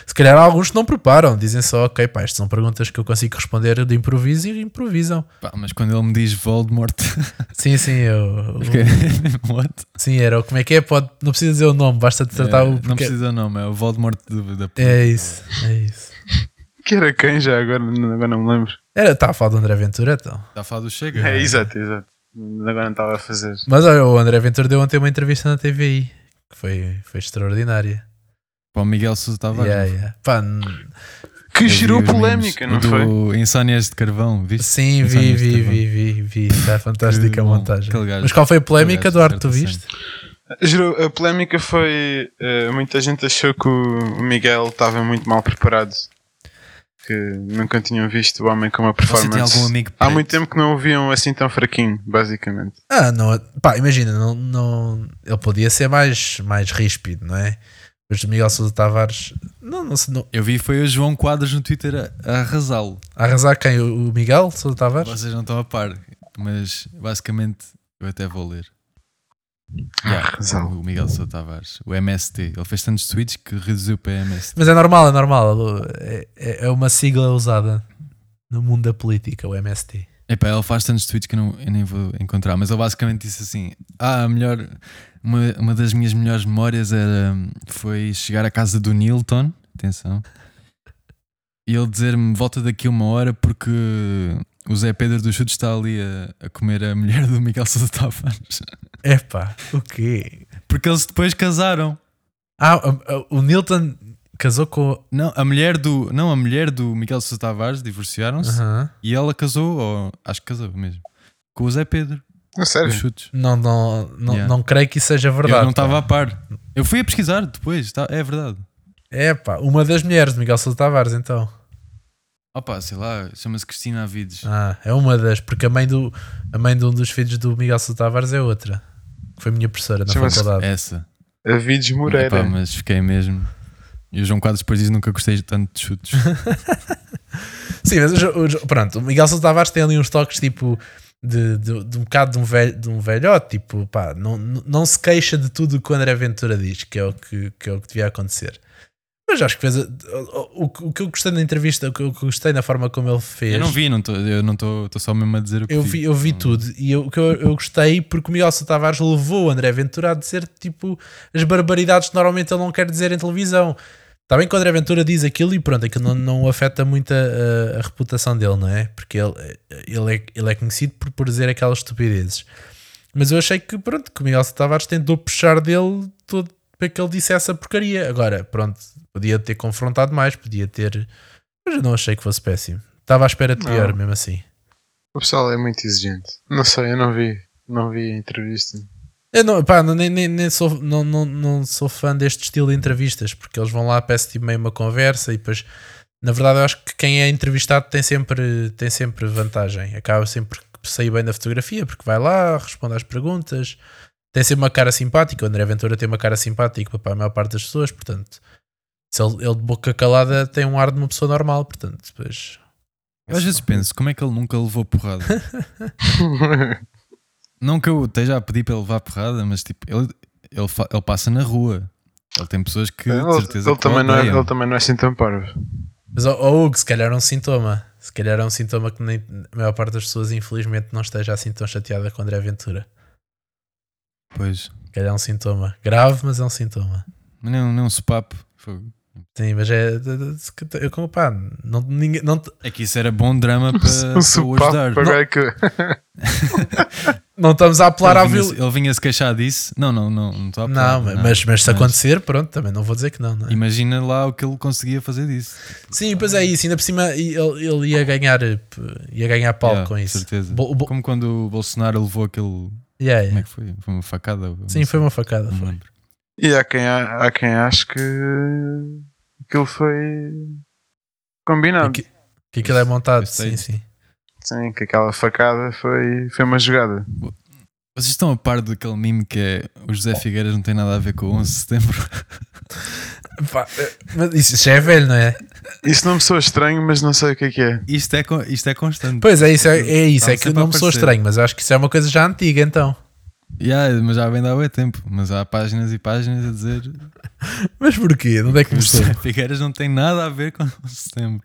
Speaker 3: se calhar há alguns que não preparam, dizem só, ok, pá, estas são perguntas que eu consigo responder de improviso e improvisam.
Speaker 1: Pá, mas quando ele me diz Voldemort, (laughs) é
Speaker 3: Sim, sim, eu.
Speaker 1: eu fiquei, what?
Speaker 3: Sim, era o como é que é, pode, não precisa dizer o nome, basta te
Speaker 1: É,
Speaker 3: tratar tá o.
Speaker 1: Não
Speaker 3: Porque,
Speaker 1: precisa o nome, é o Voldemort do- da
Speaker 3: é isso, é isso.
Speaker 4: Que era quem já agora? Agora não me lembro.
Speaker 3: Era, está a falar do André Ventura, então.
Speaker 1: Está Tá a falar do Chega.
Speaker 4: É, exato, exato. Agora não estava a fazer.
Speaker 3: Mas olha, o André Ventura deu ontem uma entrevista na TVI, que foi, foi extraordinária.
Speaker 1: Para o Miguel Sousa Tavares.
Speaker 3: Yeah, yeah. Pá, n-
Speaker 4: Que
Speaker 1: Eu vi
Speaker 4: gerou
Speaker 1: os memes.
Speaker 4: polémica, não
Speaker 1: O do
Speaker 4: foi?
Speaker 1: Insónias de Carvão, viste?
Speaker 3: sim,
Speaker 1: Pensar
Speaker 3: vi,
Speaker 1: neste
Speaker 3: vi,
Speaker 1: tema.
Speaker 3: vi, vi,
Speaker 1: (laughs)
Speaker 3: vi. Está
Speaker 1: Que
Speaker 3: fantástica a
Speaker 1: bom,
Speaker 3: montagem.
Speaker 1: tá aquele gajo.
Speaker 3: Mas qual foi a polémica,
Speaker 1: Aquele gajo
Speaker 3: Eduardo? Tu
Speaker 1: acerta
Speaker 3: viste?
Speaker 4: Gerou, a polémica foi. eh, muita gente achou que o Miguel estava muito mal preparado. Que nunca tinham visto o homem com uma
Speaker 1: Você tem algum
Speaker 4: performance.
Speaker 1: amigo
Speaker 4: Há
Speaker 1: preto?
Speaker 4: muito tempo que não o viam assim tão fraquinho, basicamente.
Speaker 3: Ah, não, pá, imagina, não, não, ele podia ser mais, mais ríspido, não é? Mas o Miguel Sousa Tavares, não, não, se- não
Speaker 1: Eu vi foi o João Quadros no Twitter a- a arrasá-lo.
Speaker 3: a arrasar quem? O o Miguel Sousa Tavares?
Speaker 1: Vocês não estão a par, mas basicamente eu até vou ler.
Speaker 4: Ah,
Speaker 1: Yeah,
Speaker 4: razão.
Speaker 1: o Miguel Sousa Tavares, o MST, ele fez tantos tweets que reduziu para MST.
Speaker 3: Mas é normal, é normal. É, é é uma sigla usada no mundo da política, o MST.
Speaker 1: Epá, ele faz tantos tweets que eu, não, eu nem vou encontrar, mas ele basicamente disse assim: Ah, a melhor, uma, uma das minhas melhores memórias era, foi chegar à casa do Nilton, atenção, e ele dizer-me volta daqui uma hora porque O Zé Pedro do Chute está ali a, a comer a mulher do Miguel Sousa Tavares. (laughs)
Speaker 3: Epá, o quê?
Speaker 1: Porque eles depois casaram.
Speaker 3: Ah, a- a- o Nilton casou com.
Speaker 1: Não, a mulher do, não, a mulher do Miguel Sousa Tavares divorciaram-se
Speaker 3: Aham.
Speaker 1: e ela casou, ou acho que casou mesmo, com o Zé Pedro
Speaker 4: Não,
Speaker 1: dos
Speaker 4: sério.
Speaker 1: Chutes.
Speaker 3: Não, não, não,
Speaker 1: Yeah.
Speaker 3: não creio que isso seja verdade.
Speaker 1: Eu não estava
Speaker 3: pá.
Speaker 1: a par. Eu fui a pesquisar depois, tá, é verdade.
Speaker 3: É pá, uma das mulheres de Miguel Sousa Tavares, então.
Speaker 1: Opa, sei lá, chama-se Cristina Avides.
Speaker 3: Ah, é uma das, porque a mãe, do, a mãe de um dos filhos do Miguel Sousa Tavares é outra. Que foi minha professora na
Speaker 4: Chama-se-
Speaker 3: faculdade.
Speaker 1: Essa.
Speaker 4: A Vides Moreira.
Speaker 1: Epá, mas fiquei mesmo. E o João Quadros depois diz nunca gostei tanto de
Speaker 4: (laughs)
Speaker 1: chutes.
Speaker 3: Sim, mas o Jo- o Jo- pronto, o Miguel Sousa Tavares tem ali uns toques tipo de, de, de um bocado de um, velho, de um velhote, tipo, pá, não, não não se queixa de tudo o que o André Ventura diz, que é o que, que, é o que devia acontecer. Mas acho que fez. a- O, o- o que eu gostei na entrevista, o que eu gostei na forma como ele fez.
Speaker 1: eu não vi, não tô, eu não estou só mesmo a dizer o que Hum.
Speaker 3: Eu vi, eu vi tudo e eu, o que eu, eu gostei porque o Miguel Sousa Tavares levou o André Ventura a dizer tipo as barbaridades que normalmente ele não quer dizer em televisão. Está bem que o André Ventura diz aquilo e pronto, aquilo não, não afeta muito a, a- a reputação dele, não é? Porque ele, ele, é, ele é conhecido por, por dizer aquelas estupidezes. Mas eu achei que pronto, que o Miguel Sousa Tavares tentou puxar dele todo para que ele dissesse a porcaria. Agora, pronto, podia ter confrontado mais, podia ter. Mas eu não achei que fosse péssimo. Estava à espera de
Speaker 4: Não.
Speaker 3: pior, mesmo assim.
Speaker 4: O pessoal é muito exigente. Não sei, eu não vi. Não vi a entrevista. (laughs)
Speaker 3: Eu não, pá, não- nem, nem, nem sou, não, não, não sou fã deste estilo de entrevistas, porque eles vão lá, peço tipo meio uma conversa e depois, na verdade, eu acho que quem é entrevistado tem sempre, tem sempre vantagem. Acaba sempre por sair bem da fotografia, porque vai lá, responde às perguntas, tem sempre uma cara simpática. O André Ventura tem uma cara simpática para a maior parte das pessoas, portanto, se ele, ele de boca calada tem um ar de uma pessoa normal, portanto, depois.
Speaker 1: Eu às vezes
Speaker 3: (laughs)
Speaker 1: penso, como é que ele nunca levou
Speaker 4: (laughs)
Speaker 1: porrada? não que eu esteja a pedir para ele levar porrada, mas tipo, ele, ele, fa- ele passa na rua. Ele tem pessoas que
Speaker 4: ele,
Speaker 1: de certeza
Speaker 4: ele
Speaker 1: que
Speaker 4: também não é,
Speaker 1: odeiam.
Speaker 4: ele também não é assim tão parvo.
Speaker 3: Mas, ó ó, Hugo, se calhar é um sintoma. Se calhar é um sintoma que nem, a maior parte das pessoas, infelizmente, não esteja assim tão chateada com André Ventura.
Speaker 1: Pois.
Speaker 3: Se calhar é um sintoma. Grave, mas é um sintoma.
Speaker 1: Mas não, não é um sopapo. Fogo.
Speaker 3: Sim, mas é. Eu, como pá, não, ninguém, não,
Speaker 1: É que isso era bom drama para,
Speaker 4: (laughs) Um
Speaker 1: para o
Speaker 4: sopapo
Speaker 1: ajudar.
Speaker 4: para
Speaker 1: Não,
Speaker 4: agora que.
Speaker 3: não estamos a apelar à
Speaker 1: ele, vinha,
Speaker 3: violência.
Speaker 1: ele vinha se queixar disso. Não, não, não. Não, estou a apelar,
Speaker 3: Não, mas, mas se
Speaker 1: Mas
Speaker 3: acontecer, pronto, também não vou dizer que não, não é?
Speaker 1: Imagina lá o que ele conseguia fazer disso.
Speaker 3: Sim, pois é isso. Ainda por cima, ele, ele ia ganhar eh, p- ia ganhar palco
Speaker 1: Yeah,
Speaker 3: com isso.
Speaker 1: certeza.
Speaker 3: Bo- bo-
Speaker 1: Como quando o Bolsonaro levou aquele.
Speaker 3: yeah,
Speaker 1: Como é
Speaker 3: yeah.
Speaker 1: que foi? Foi uma facada? ou-
Speaker 3: Sim, foi uma facada.
Speaker 1: Não me
Speaker 3: foi.
Speaker 1: lembro.
Speaker 4: E há quem, há, há quem ache que aquilo foi combinado.
Speaker 3: Que, que aquilo é montado,
Speaker 1: Esse-
Speaker 3: sim,
Speaker 1: esse
Speaker 3: sim.
Speaker 4: Sim, que aquela facada foi, foi uma jogada.
Speaker 1: Vocês estão a par daquele meme que é o José Figueiras não tem nada a ver com o 11 de
Speaker 3: (laughs)
Speaker 1: setembro?
Speaker 3: Pá, eh, mas isso já é velho, não é?
Speaker 4: Isso não me soa estranho, mas não sei o que é que é.
Speaker 1: Isto é, con- isto é constante.
Speaker 3: Pois é, isso é, é isso,
Speaker 1: Estava
Speaker 3: é que
Speaker 1: sempre a
Speaker 3: não me sou
Speaker 1: aparecer.
Speaker 3: estranho, mas acho que isso é uma coisa já antiga então.
Speaker 1: Yeah, mas já vem de há bem tempo. Mas há páginas e páginas a dizer que
Speaker 3: Mas porquê? De onde é que
Speaker 1: o
Speaker 3: começou?
Speaker 1: José Figueiras não tem nada a ver com o 11 de setembro.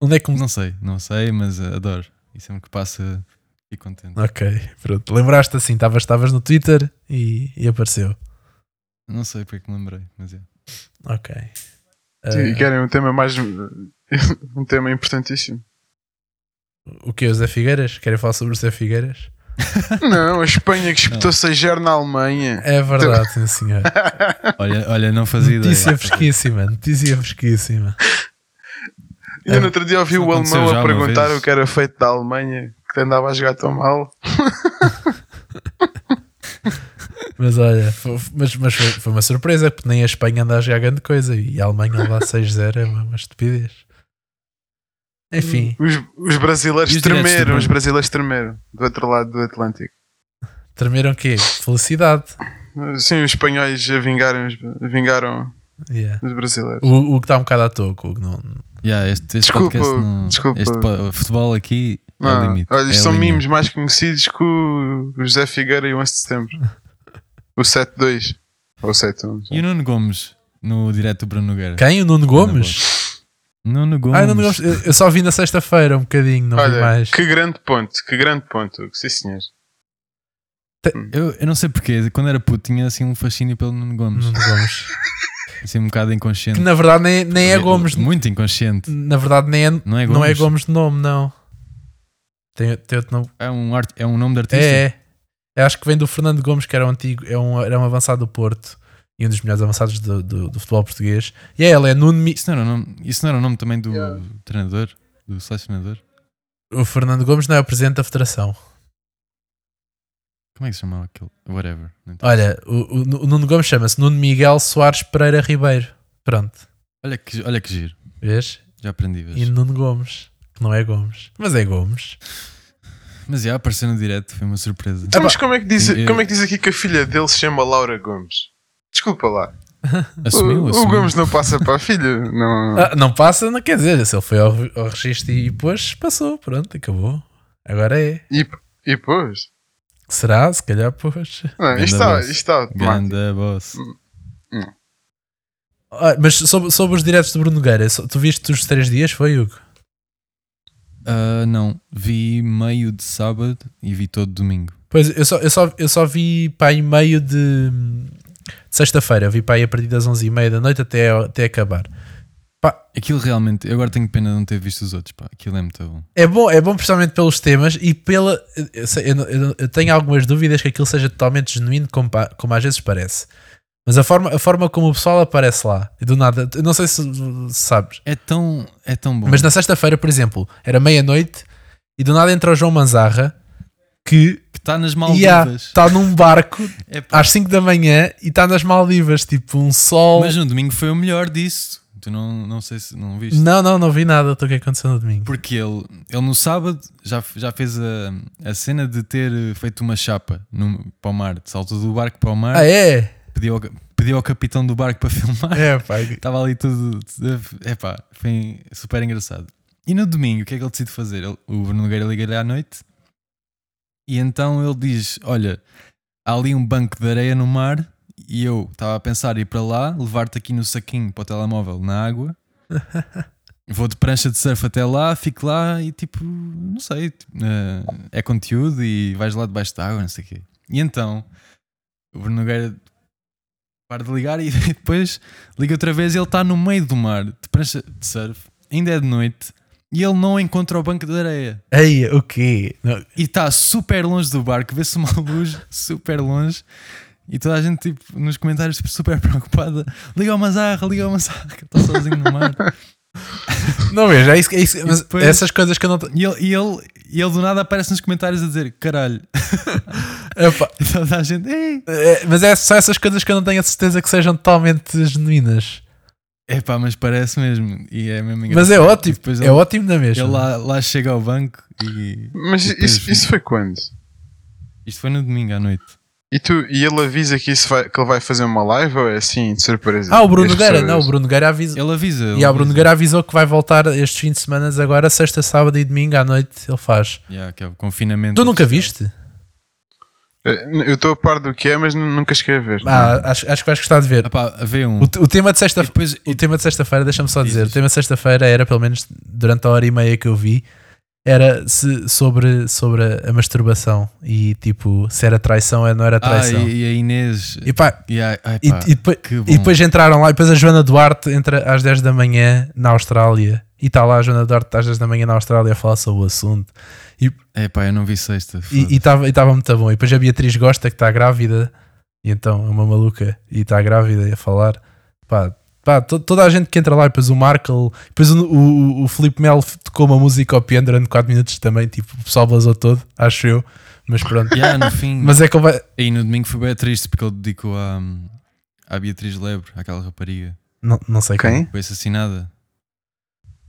Speaker 3: Onde é que começou?
Speaker 1: Não sei, não sei, mas eh, adoro. E sempre que passa, fico contente.
Speaker 3: Ok, pronto. Lembraste assim, estavas estavas no Twitter e, e apareceu.
Speaker 1: Não sei porque que me lembrei, mas é.
Speaker 3: Ok. Ah,
Speaker 4: E querem um tema mais. (laughs) um
Speaker 1: (laughs)
Speaker 4: tema importantíssimo.
Speaker 3: o que é o Zé Figueiras? Querem falar sobre o Zé Figueiras?
Speaker 4: Não, a Espanha que espetou 6 na Alemanha.
Speaker 3: É verdade, sim senhor.
Speaker 1: Olha, olha não fazia
Speaker 3: Notícia
Speaker 1: ideia.
Speaker 3: fresquíssima, notícia fresquíssima.
Speaker 4: E eu no outro dia ouvi
Speaker 1: Ah, Isso
Speaker 4: o alemão
Speaker 1: aconteceu já
Speaker 4: a
Speaker 1: uma
Speaker 4: perguntar
Speaker 1: vez.
Speaker 4: o que era feito da Alemanha, que andava a jogar tão mal.
Speaker 3: Mas olha, fo- mas, mas foi, foi uma surpresa, porque nem a Espanha anda a jogar grande coisa e a Alemanha lá 6-0 é uma, uma estupidez. Enfim.
Speaker 4: Os, os
Speaker 1: E
Speaker 4: brasileiros
Speaker 1: os direitos de
Speaker 4: tremeram,
Speaker 1: banho?
Speaker 4: os brasileiros tremeram do outro lado do Atlântico.
Speaker 3: Tremeram quê? Felicidade.
Speaker 4: Sim, os espanhóis a vingaram, os- vingaram
Speaker 3: Yeah.
Speaker 4: os brasileiros.
Speaker 3: O, o que está um bocado à toa, que o Hugo não.
Speaker 1: Yeah, este, este
Speaker 4: Desculpa,
Speaker 1: podcast não.
Speaker 4: desculpa.
Speaker 1: Este po- futebol aqui é
Speaker 4: Ah,
Speaker 1: limite.
Speaker 4: olha,
Speaker 1: é
Speaker 4: isto são
Speaker 1: limite.
Speaker 4: mimos mais conhecidos que o o José Figueira e o 11 de setembro. O 7-2. Ou 7-1.
Speaker 1: E o Nuno Gomes no direto do Bruno Nogueira?
Speaker 3: Quem? O Nuno Gomes?
Speaker 1: Nuno Gomes.
Speaker 3: Ah, o Nuno Gomes. Eu eu só vi na sexta-feira um bocadinho, não vi
Speaker 4: Olha,
Speaker 3: mais.
Speaker 4: que grande ponto, que grande ponto, Hugo, sim senhor.
Speaker 1: Eu, eu não sei porque, quando era puto, tinha assim um fascínio pelo Nuno Gomes.
Speaker 3: Nuno Gomes.
Speaker 1: Assim um bocado inconsciente.
Speaker 3: Hum. que na verdade nem, nem é Gomes.
Speaker 1: Muito inconsciente.
Speaker 3: Na verdade nem é,
Speaker 1: Não é Gomes.
Speaker 3: não é Gomes de nome, não. Tem, tem outro nome.
Speaker 1: É um, art, é um nome de artista?
Speaker 3: É, é. Eu Acho que vem do Fernando Gomes, que era um antigo, é um, era um avançado do Porto e um dos melhores avançados do, do, do futebol português. E é, ele é Nuno Mi-
Speaker 1: Isso não, era o nome, isso não era o nome também do
Speaker 4: Yeah.
Speaker 1: treinador? Do selecionador?
Speaker 3: O Fernando Gomes não é o presidente da federação.
Speaker 1: Como é que se chamava aquele? Whatever. não interessa.
Speaker 3: Olha, o, o- o Nuno Gomes chama-se Nuno Miguel Soares Pereira Ribeiro. Pronto,
Speaker 1: Olha que, olha que giro.
Speaker 3: vês?
Speaker 1: Já aprendi. vês?
Speaker 3: E Nuno Gomes, que não é Gomes, mas é Gomes.
Speaker 1: Mas já apareceu no direto, foi uma surpresa.
Speaker 4: Então, mas como é, que diz,
Speaker 1: Eu-
Speaker 4: como é que diz aqui que a filha dele se chama Laura Gomes? Desculpa lá.
Speaker 1: Assumiu,
Speaker 4: o,
Speaker 1: assumiu.
Speaker 4: o Gomes não passa para a filha. Não.
Speaker 3: Ah, não passa, não quer dizer, se ele foi ao, ao registro e pôs, passou, pronto, acabou. Agora é.
Speaker 4: E, e pôs.
Speaker 3: Será? Se calhar pôs.
Speaker 4: Não,
Speaker 1: Ganda
Speaker 4: isto está,
Speaker 1: voz.
Speaker 4: isto está
Speaker 3: tá
Speaker 4: automático.
Speaker 1: Ganda boss.
Speaker 3: Ah, mas sobre, sobre os diretos de Bruno Nogueira, so- tu viste os três dias, foi Hugo?
Speaker 1: Ah, não, vi meio de sábado e vi todo domingo.
Speaker 3: Pois, eu só, eu só, eu só vi para aí meio de, de sexta-feira, vi para aí a partir das 11h30 da noite até, até acabar.
Speaker 1: Aquilo realmente, eu agora tenho pena de não ter visto os outros, pá. Aquilo é muito bom.
Speaker 3: É bom, é bom precisamente pelos temas e pela. Eu, sei- eu não- eu não- eu tenho algumas dúvidas que aquilo seja totalmente genuíno, como, pa- como às vezes parece. Mas a forma, a forma como o pessoal aparece lá, e do nada, eu não sei se se sabes,
Speaker 1: É tão, é tão bom.
Speaker 3: mas na sexta-feira, por exemplo, era meia-noite e do nada entra o João Manzarra que
Speaker 1: que está Tá nas
Speaker 3: está
Speaker 1: Maldivas.
Speaker 3: num barco
Speaker 1: É pá.
Speaker 3: às 5 da manhã e está nas Maldivas, tipo um sol.
Speaker 1: Mas no domingo foi o melhor disso. Tu não, não sei se não viste.
Speaker 3: Não, não, não vi nada do que aconteceu no domingo.
Speaker 1: Porque ele, ele no sábado já, já fez a, a cena de ter eh, feito uma chapa no, para o mar. Saltou do barco para o mar,
Speaker 3: Ah, é?
Speaker 1: (laughs) pediu, ao, pediu ao capitão do barco para (laughs) filmar.
Speaker 3: É, pai.
Speaker 1: Estava ali tudo. Epá, foi super engraçado. E no domingo, o que é que ele decide fazer? Ele- o Bruno Nogueira liga-lhe à noite e então ele diz: Olha, há ali um banco de areia no mar e eu estava a pensar em ir para lá, levar-te aqui no saquinho para o telemóvel na água. Vou de prancha de surf até lá, fico lá e tipo, não sei, tipo, eh, é conteúdo e vais lá debaixo da água, não sei o quê. E então o Bruno Nogueira para de ligar e (laughs) depois liga outra vez e ele está no meio do mar, de prancha de surf, ainda é de noite, e ele não encontra o banco de areia.
Speaker 3: Ei, o quê? Não,
Speaker 1: E está super longe do barco, vê-se uma (laughs) luz super longe, e toda a gente tipo, nos comentários tipo, super preocupada: liga ao Mazarra, liga ao Mazarra, está sozinho no mar.
Speaker 3: Não vejo, é isso, é isso-
Speaker 1: E
Speaker 3: mas
Speaker 1: depois-
Speaker 3: essas coisas que eu não. te-
Speaker 1: E ele, e, ele, e ele do nada aparece nos comentários a dizer: caralho, (laughs)
Speaker 3: Epá,
Speaker 1: e toda a gente. "Ei".
Speaker 3: é, mas é só essas coisas que eu não tenho a certeza que sejam totalmente genuínas.
Speaker 1: Epá, mas parece mesmo, e é mesmo engraçado.
Speaker 3: Mas é ótimo,
Speaker 1: depois
Speaker 3: é
Speaker 1: ele-
Speaker 3: ótimo na
Speaker 1: Ele
Speaker 3: mesma.
Speaker 1: lá, lá chega ao banco e.
Speaker 4: Mas
Speaker 1: e depois-
Speaker 4: isso, isso foi quando?
Speaker 1: Isto foi no domingo à noite.
Speaker 4: E, tu, e ele avisa que, isso vai- que ele vai fazer uma live ou é assim de surpresa?
Speaker 3: Ah, o Bruno
Speaker 4: Este
Speaker 1: é
Speaker 3: Nogueira,
Speaker 4: pessoal
Speaker 3: não, o Bruno Nogueira avisa.
Speaker 1: Ele avisa.
Speaker 3: E ah, o Bruno Nogueira avisou que vai voltar estes fins de semana agora, sexta, sábado e domingo à noite. Ele faz.
Speaker 1: Yeah, que é o confinamento.
Speaker 3: Tu nunca viste?
Speaker 4: Eu estou a par do que é, mas nu- nunca cheguei a ver.
Speaker 3: Ah, acho, acho que vais gostar de ver.
Speaker 1: Epá, vê um.
Speaker 3: O, te- o tema de
Speaker 1: E
Speaker 3: sexta
Speaker 1: depois,
Speaker 3: O tema de sexta-feira, deixa-me só
Speaker 1: Diz,
Speaker 3: dizer, o
Speaker 1: diz.
Speaker 3: tema de sexta-feira era, pelo menos durante a hora e meia que eu vi, era se- sobre, sobre a, a masturbação e tipo, se era traição ou não era
Speaker 1: ah,
Speaker 3: traição.
Speaker 1: e, e a Inês.
Speaker 3: e, pá,
Speaker 1: E, a- ai,
Speaker 3: e,
Speaker 1: pá,
Speaker 3: e depois,
Speaker 1: que bom.
Speaker 3: e depois entraram lá, e depois a Joana Duarte entra às 10 da manhã na Austrália. E está lá a Joana Duarte às 10 da manhã na Austrália a falar sobre o assunto.
Speaker 1: Epá, eu não vi sexta.
Speaker 3: E
Speaker 1: foda-se.
Speaker 3: estava muito bom. E depois a Beatriz Gosta, que está grávida, e então é uma maluca, e está grávida e a falar. Pá, pá, to- toda a gente que entra lá, e depois o Markle, depois o, o, o Filipe Melo tocou uma música ao piano durante 4 minutos também, tipo, o pessoal blasou todo, acho eu, mas pronto.
Speaker 1: (laughs) Yeah, no fim.
Speaker 3: (laughs) mas é que vai.
Speaker 1: E no domingo foi bem triste porque ele dedicou à, à Beatriz Lebre, àquela rapariga.
Speaker 3: Não, não sei
Speaker 4: Quem?
Speaker 1: que Foi assassinada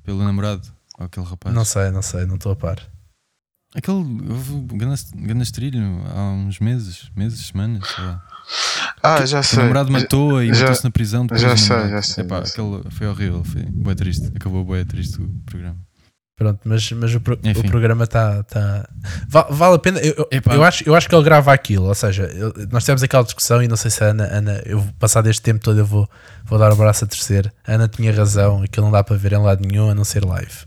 Speaker 1: pelo namorado, ou aquele rapaz.
Speaker 3: Não sei, não sei, não estou a par.
Speaker 1: Aquele. Houve um grande, grande estrilho há uns meses, meses, semanas, sei lá.
Speaker 4: Ah, já
Speaker 1: O
Speaker 4: sei.
Speaker 1: namorado matou e
Speaker 4: já-
Speaker 1: matou-se na prisão. depois
Speaker 4: já
Speaker 1: do
Speaker 4: sei,
Speaker 1: namorado.
Speaker 4: já sei,
Speaker 1: Epá,
Speaker 4: já sei.
Speaker 1: aquele foi horrível, foi boa triste. Acabou boa triste o programa.
Speaker 3: Pronto, mas, mas o, pro-
Speaker 1: Enfim.
Speaker 3: o programa está. Tá... Va- Vale a pena. Eu, eu-
Speaker 1: Epá.
Speaker 3: eu acho, eu acho que ele grava aquilo. Ou seja, eu- nós tivemos aquela discussão e não sei se a Ana, Ana eu vou passar deste tempo todo, eu vou, vou dar o braço a torcer. A Ana tinha razão, aquilo não dá para ver em lado nenhum a não ser live.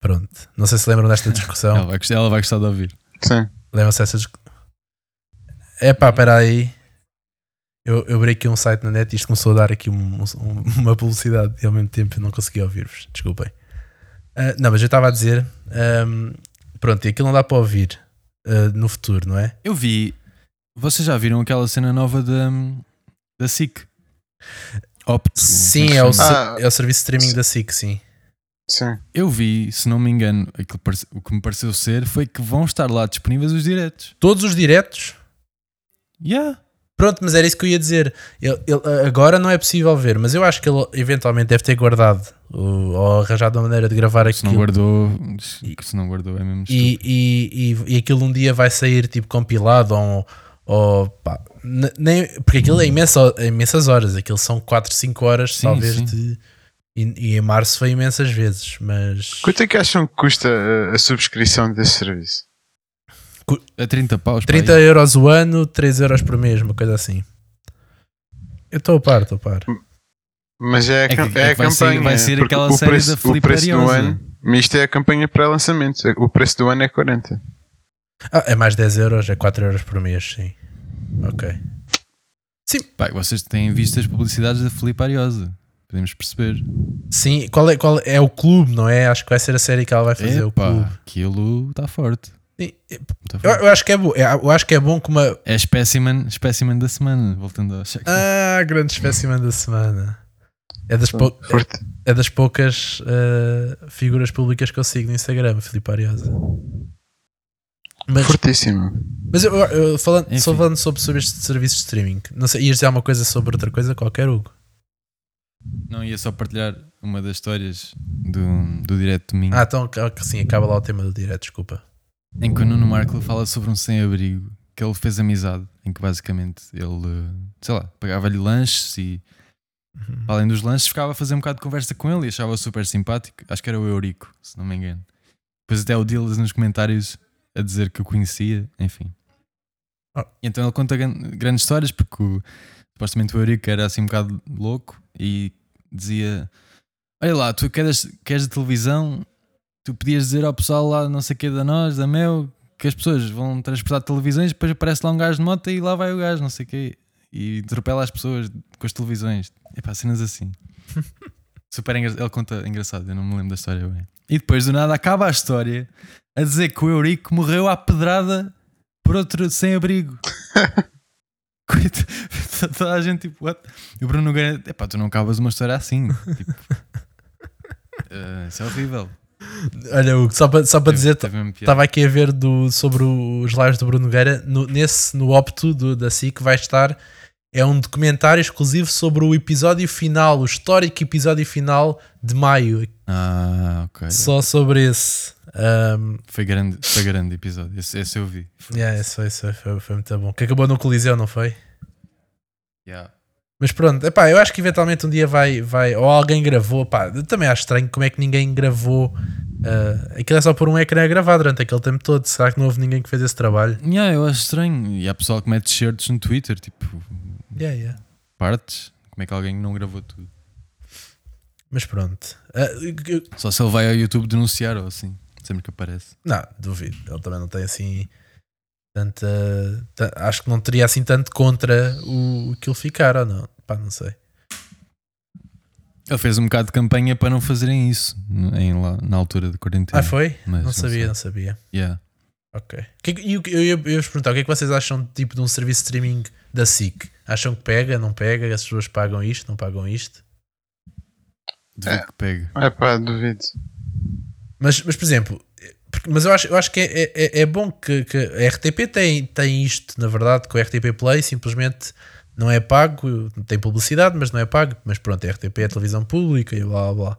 Speaker 3: Pronto. Não sei se lembram desta
Speaker 1: Ela
Speaker 3: discussão.
Speaker 1: vai, gostar- ela vai gostar de ouvir.
Speaker 4: Sim.
Speaker 3: Lembram-se dessa discussão? Epá, espera aí. Eu, eu abri aqui um site na net e isto começou a dar aqui um- um- uma publicidade e ao mesmo tempo eu não consegui ouvir-vos. Desculpem. Ah, não, mas eu estava a dizer ahm, Pronto, e aquilo não dá para ouvir ah, no futuro, não é?
Speaker 1: Eu vi. Vocês já viram aquela cena nova da, da SIC? Opto,
Speaker 3: Sim,
Speaker 1: como
Speaker 3: é o,
Speaker 1: se chama.
Speaker 3: ser- é o serviço de streaming da SIC, sim.
Speaker 4: Sim.
Speaker 1: Eu vi, se não me engano, aquilo parece- o que me pareceu ser foi que vão estar lá disponíveis os diretos.
Speaker 3: Todos os diretos
Speaker 1: Yeah.
Speaker 3: Pronto, mas era isso que eu ia dizer. Ele- ele- agora não é possível ver, mas eu acho que ele eventualmente deve ter guardado o- ou arranjado uma maneira de gravar
Speaker 1: Se não
Speaker 3: aquilo.
Speaker 1: guardou, se não guardou é mesmo
Speaker 3: É E,
Speaker 1: estúpido.
Speaker 3: e, e, e aquilo um dia vai sair tipo compilado ou. ou pá, ne- nem, porque aquilo é, imenso, é imensas horas, aquilo são 4, 5 horas,
Speaker 1: Hum. Sim,
Speaker 3: talvez.
Speaker 1: sim.
Speaker 3: De, e, e em março foi imensas vezes, mas.
Speaker 4: Quanto é que acham que custa a, a subscrição desse serviço?
Speaker 1: É 30 paus. pá,
Speaker 3: 30
Speaker 1: aí.
Speaker 3: euros o ano, 3 euros por mês, uma coisa assim. Eu estou a par, estou a par.
Speaker 4: Mas é a,
Speaker 1: É que-
Speaker 4: cam-
Speaker 1: é que
Speaker 4: é a
Speaker 1: vai
Speaker 4: campanha.
Speaker 1: sair- vai sair
Speaker 4: porque
Speaker 1: aquela
Speaker 4: o
Speaker 1: série
Speaker 4: preço,
Speaker 1: da
Speaker 4: o
Speaker 1: Filipe
Speaker 4: preço do
Speaker 1: Ariosa.
Speaker 4: ano. mas Isto é a campanha para lançamento. O preço do ano é 40.
Speaker 3: Ah, é mais 10 euros, é 4 euros por mês, sim. Ok.
Speaker 1: Pá, vocês têm visto as publicidades da Filipe Ariosa. Podemos perceber.
Speaker 3: Sim, qual é, qual é, é o clube, não é? Acho que vai ser a série que ela vai fazer o clube.
Speaker 1: Epá, aquilo está forte.
Speaker 3: Sim,
Speaker 1: Tá
Speaker 3: Eu,
Speaker 1: forte.
Speaker 3: eu acho que é bom, eu acho que é bom que uma
Speaker 1: É specimen, specimen da semana, voltando ao check.
Speaker 3: ah, grande espécime da semana. É das, pou-
Speaker 4: Forte.
Speaker 3: é das poucas ah, figuras públicas que eu sigo no Instagram, Filipe Ariosa. Mas,
Speaker 4: Fortíssimo. (laughs)
Speaker 3: mas eu, eu- falando,
Speaker 1: Enfim.
Speaker 3: só falando sobre, sobre este serviço de streaming, não sei, ias dizer alguma coisa sobre outra coisa qualquer, Hugo?
Speaker 1: Não ia só partilhar uma das histórias do, do direto domingo.
Speaker 3: Ah, então ah, que sim, acaba lá o tema do direto, desculpa.
Speaker 1: Em que o Nuno Marco fala sobre um sem-abrigo que ele fez amizade, em que basicamente ele, eh, sei lá, pagava-lhe lanches e, para além dos lanches, ficava a fazer um bocado de conversa com ele e achava super simpático. Acho que era o Eurico, se não me engano. Depois até o Dillas nos comentários a dizer que o conhecia, enfim.
Speaker 3: Ah.
Speaker 1: E Então ele conta gran- grandes histórias porque o- supostamente o Eurico era assim um bocado louco e dizia: Olha lá, tu queres, queres de televisão, tu podias dizer ao pessoal lá, não sei o que da nós, da meu, que as pessoas vão transportar televisões, depois aparece lá um gajo de moto e lá vai o gajo, não sei o quê, e atropela as pessoas com as televisões. Epá, cenas
Speaker 3: (laughs)
Speaker 1: assim. Super engraçado. Ele conta engraçado, eu não me lembro da história bem. E depois do nada acaba a história a dizer que o Eurico morreu à pedrada por outro sem-abrigo. (laughs) Coitado, toda a gente tipo, what? E o Bruno Nogueira, epá, tu não acabas uma história assim.
Speaker 3: (laughs)
Speaker 1: Tipo, eh, isso é horrível.
Speaker 3: Olha, Hugo, só para só para dizer,
Speaker 1: Teve é. mesmo piada.
Speaker 3: Estava aqui a ver do, sobre o- os lives do Bruno Nogueira. No, nesse, no Opto do, da SIC, vai estar. É um documentário exclusivo sobre o episódio final, o histórico episódio final de maio.
Speaker 1: Ah, ok.
Speaker 3: Só sobre esse. Ahm,
Speaker 1: Foi grande, foi grande episódio. Esse, esse eu vi. Foi-
Speaker 3: yeah, isso, foi- isso foi, foi muito bom. Que acabou no Coliseu, não foi?
Speaker 1: Yeah.
Speaker 3: Mas pronto, epá, eu acho que eventualmente um dia vai, vai ou alguém gravou, pá, eu também acho estranho como é que ninguém gravou. ah, aquilo é só por um ecrã a gravar durante aquele tempo todo. Será que não houve ninguém que fez esse trabalho?
Speaker 1: Yeah, eu acho estranho. E há pessoal que mete shirts no Twitter, tipo,
Speaker 3: Yeah, yeah.
Speaker 1: partes. Como é que alguém não gravou tudo?
Speaker 3: Mas pronto. Ah, eu-
Speaker 1: Só se ele vai ao YouTube denunciar ou assim, sempre que aparece.
Speaker 3: Não, duvido. Ele também não tem assim tanta. ta- acho que não teria assim tanto contra o, o que ele ficar, ou não? Pá, não sei.
Speaker 1: Ele fez um bocado de campanha para não fazerem isso em lá, na altura de quarentena.
Speaker 3: Ah, foi?
Speaker 1: Mas
Speaker 3: Não sabia,
Speaker 1: sei.
Speaker 3: não sabia.
Speaker 1: Yeah.
Speaker 3: Ok. Que- e o que- eu ia eu ia vos perguntar, o que é que vocês acham de, tipo, de um serviço de streaming da SIC? Acham que pega, não pega? As pessoas pagam isto, não pagam isto?
Speaker 1: Duvido que pega.
Speaker 4: É pá, duvido.
Speaker 3: Mas, mas por exemplo, porque- mas eu acho, eu acho que é, é, é bom que, que a RTP tem, tem isto, na verdade, que o RTP Play simplesmente não é pago, tem publicidade, mas não é pago. Mas pronto, a RTP é televisão pública e blá blá blá.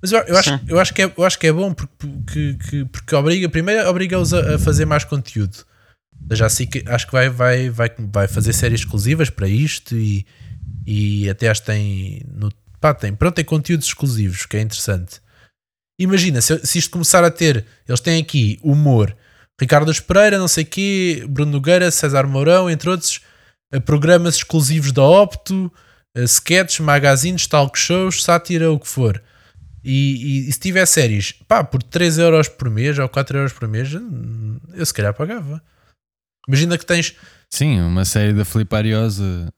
Speaker 3: Mas eu, eu, acho,
Speaker 4: Sim.
Speaker 3: eu, acho, que é, eu acho que é bom porque, porque, que- porque obriga, primeiro obriga-os a, a fazer mais conteúdo. Ou seja, assim que acho que vai, vai, vai, vai fazer séries exclusivas para isto e, e até acho que tem, no, pá, tem, pronto, tem conteúdos exclusivos, que é interessante. Imagina, se, se isto começar a ter, eles têm aqui humor, Ricardo Dos Pereira, não sei quê, Bruno Nogueira, César Mourão, entre outros, eh, programas exclusivos da Opto, eh, sketches, magazines, talk shows, sátira, o que for. E, e- e se tiver séries, pá, por 3 euros por mês ou 4 euros por mês, hum, eu se calhar pagava. Imagina que tens.
Speaker 1: Sim, uma série da Filipe Ariosa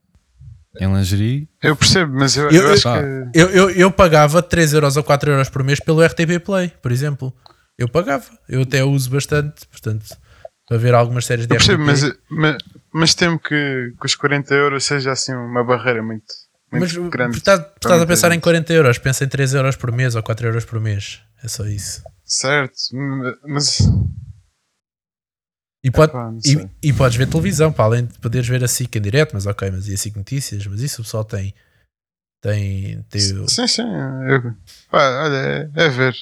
Speaker 1: em lingerie.
Speaker 4: Eu percebo, mas eu,
Speaker 3: Eu-
Speaker 4: eu acho
Speaker 1: eu-
Speaker 4: que.
Speaker 3: Eu, eu, eu pagava 3 euros ou 4 euros por mês pelo RTP Play, por exemplo. Eu pagava. Eu até uso bastante, portanto, para ver algumas séries de
Speaker 4: Eu percebo,
Speaker 3: RTP.
Speaker 4: mas, mas, mas temo que, que os 40 euros seja assim uma barreira muito,
Speaker 3: Mas
Speaker 4: é
Speaker 3: uh,
Speaker 4: muito grande.
Speaker 3: estás, estás a
Speaker 4: muita
Speaker 3: pensar em
Speaker 4: gente.
Speaker 3: 40 euros, pensa em 3 euros por mês ou 4 euros por mês. É só isso.
Speaker 4: Certo, mas. É
Speaker 3: E, pode-
Speaker 4: Epá, não
Speaker 3: e-
Speaker 4: sei.
Speaker 3: e podes ver televisão, para além de poderes ver a SIC em direto, mas ok, mas e a SIC Notícias, mas isso o pessoal tem. Tem. tem o-
Speaker 4: Sim, sim. eu- pá, olha, é, é ver.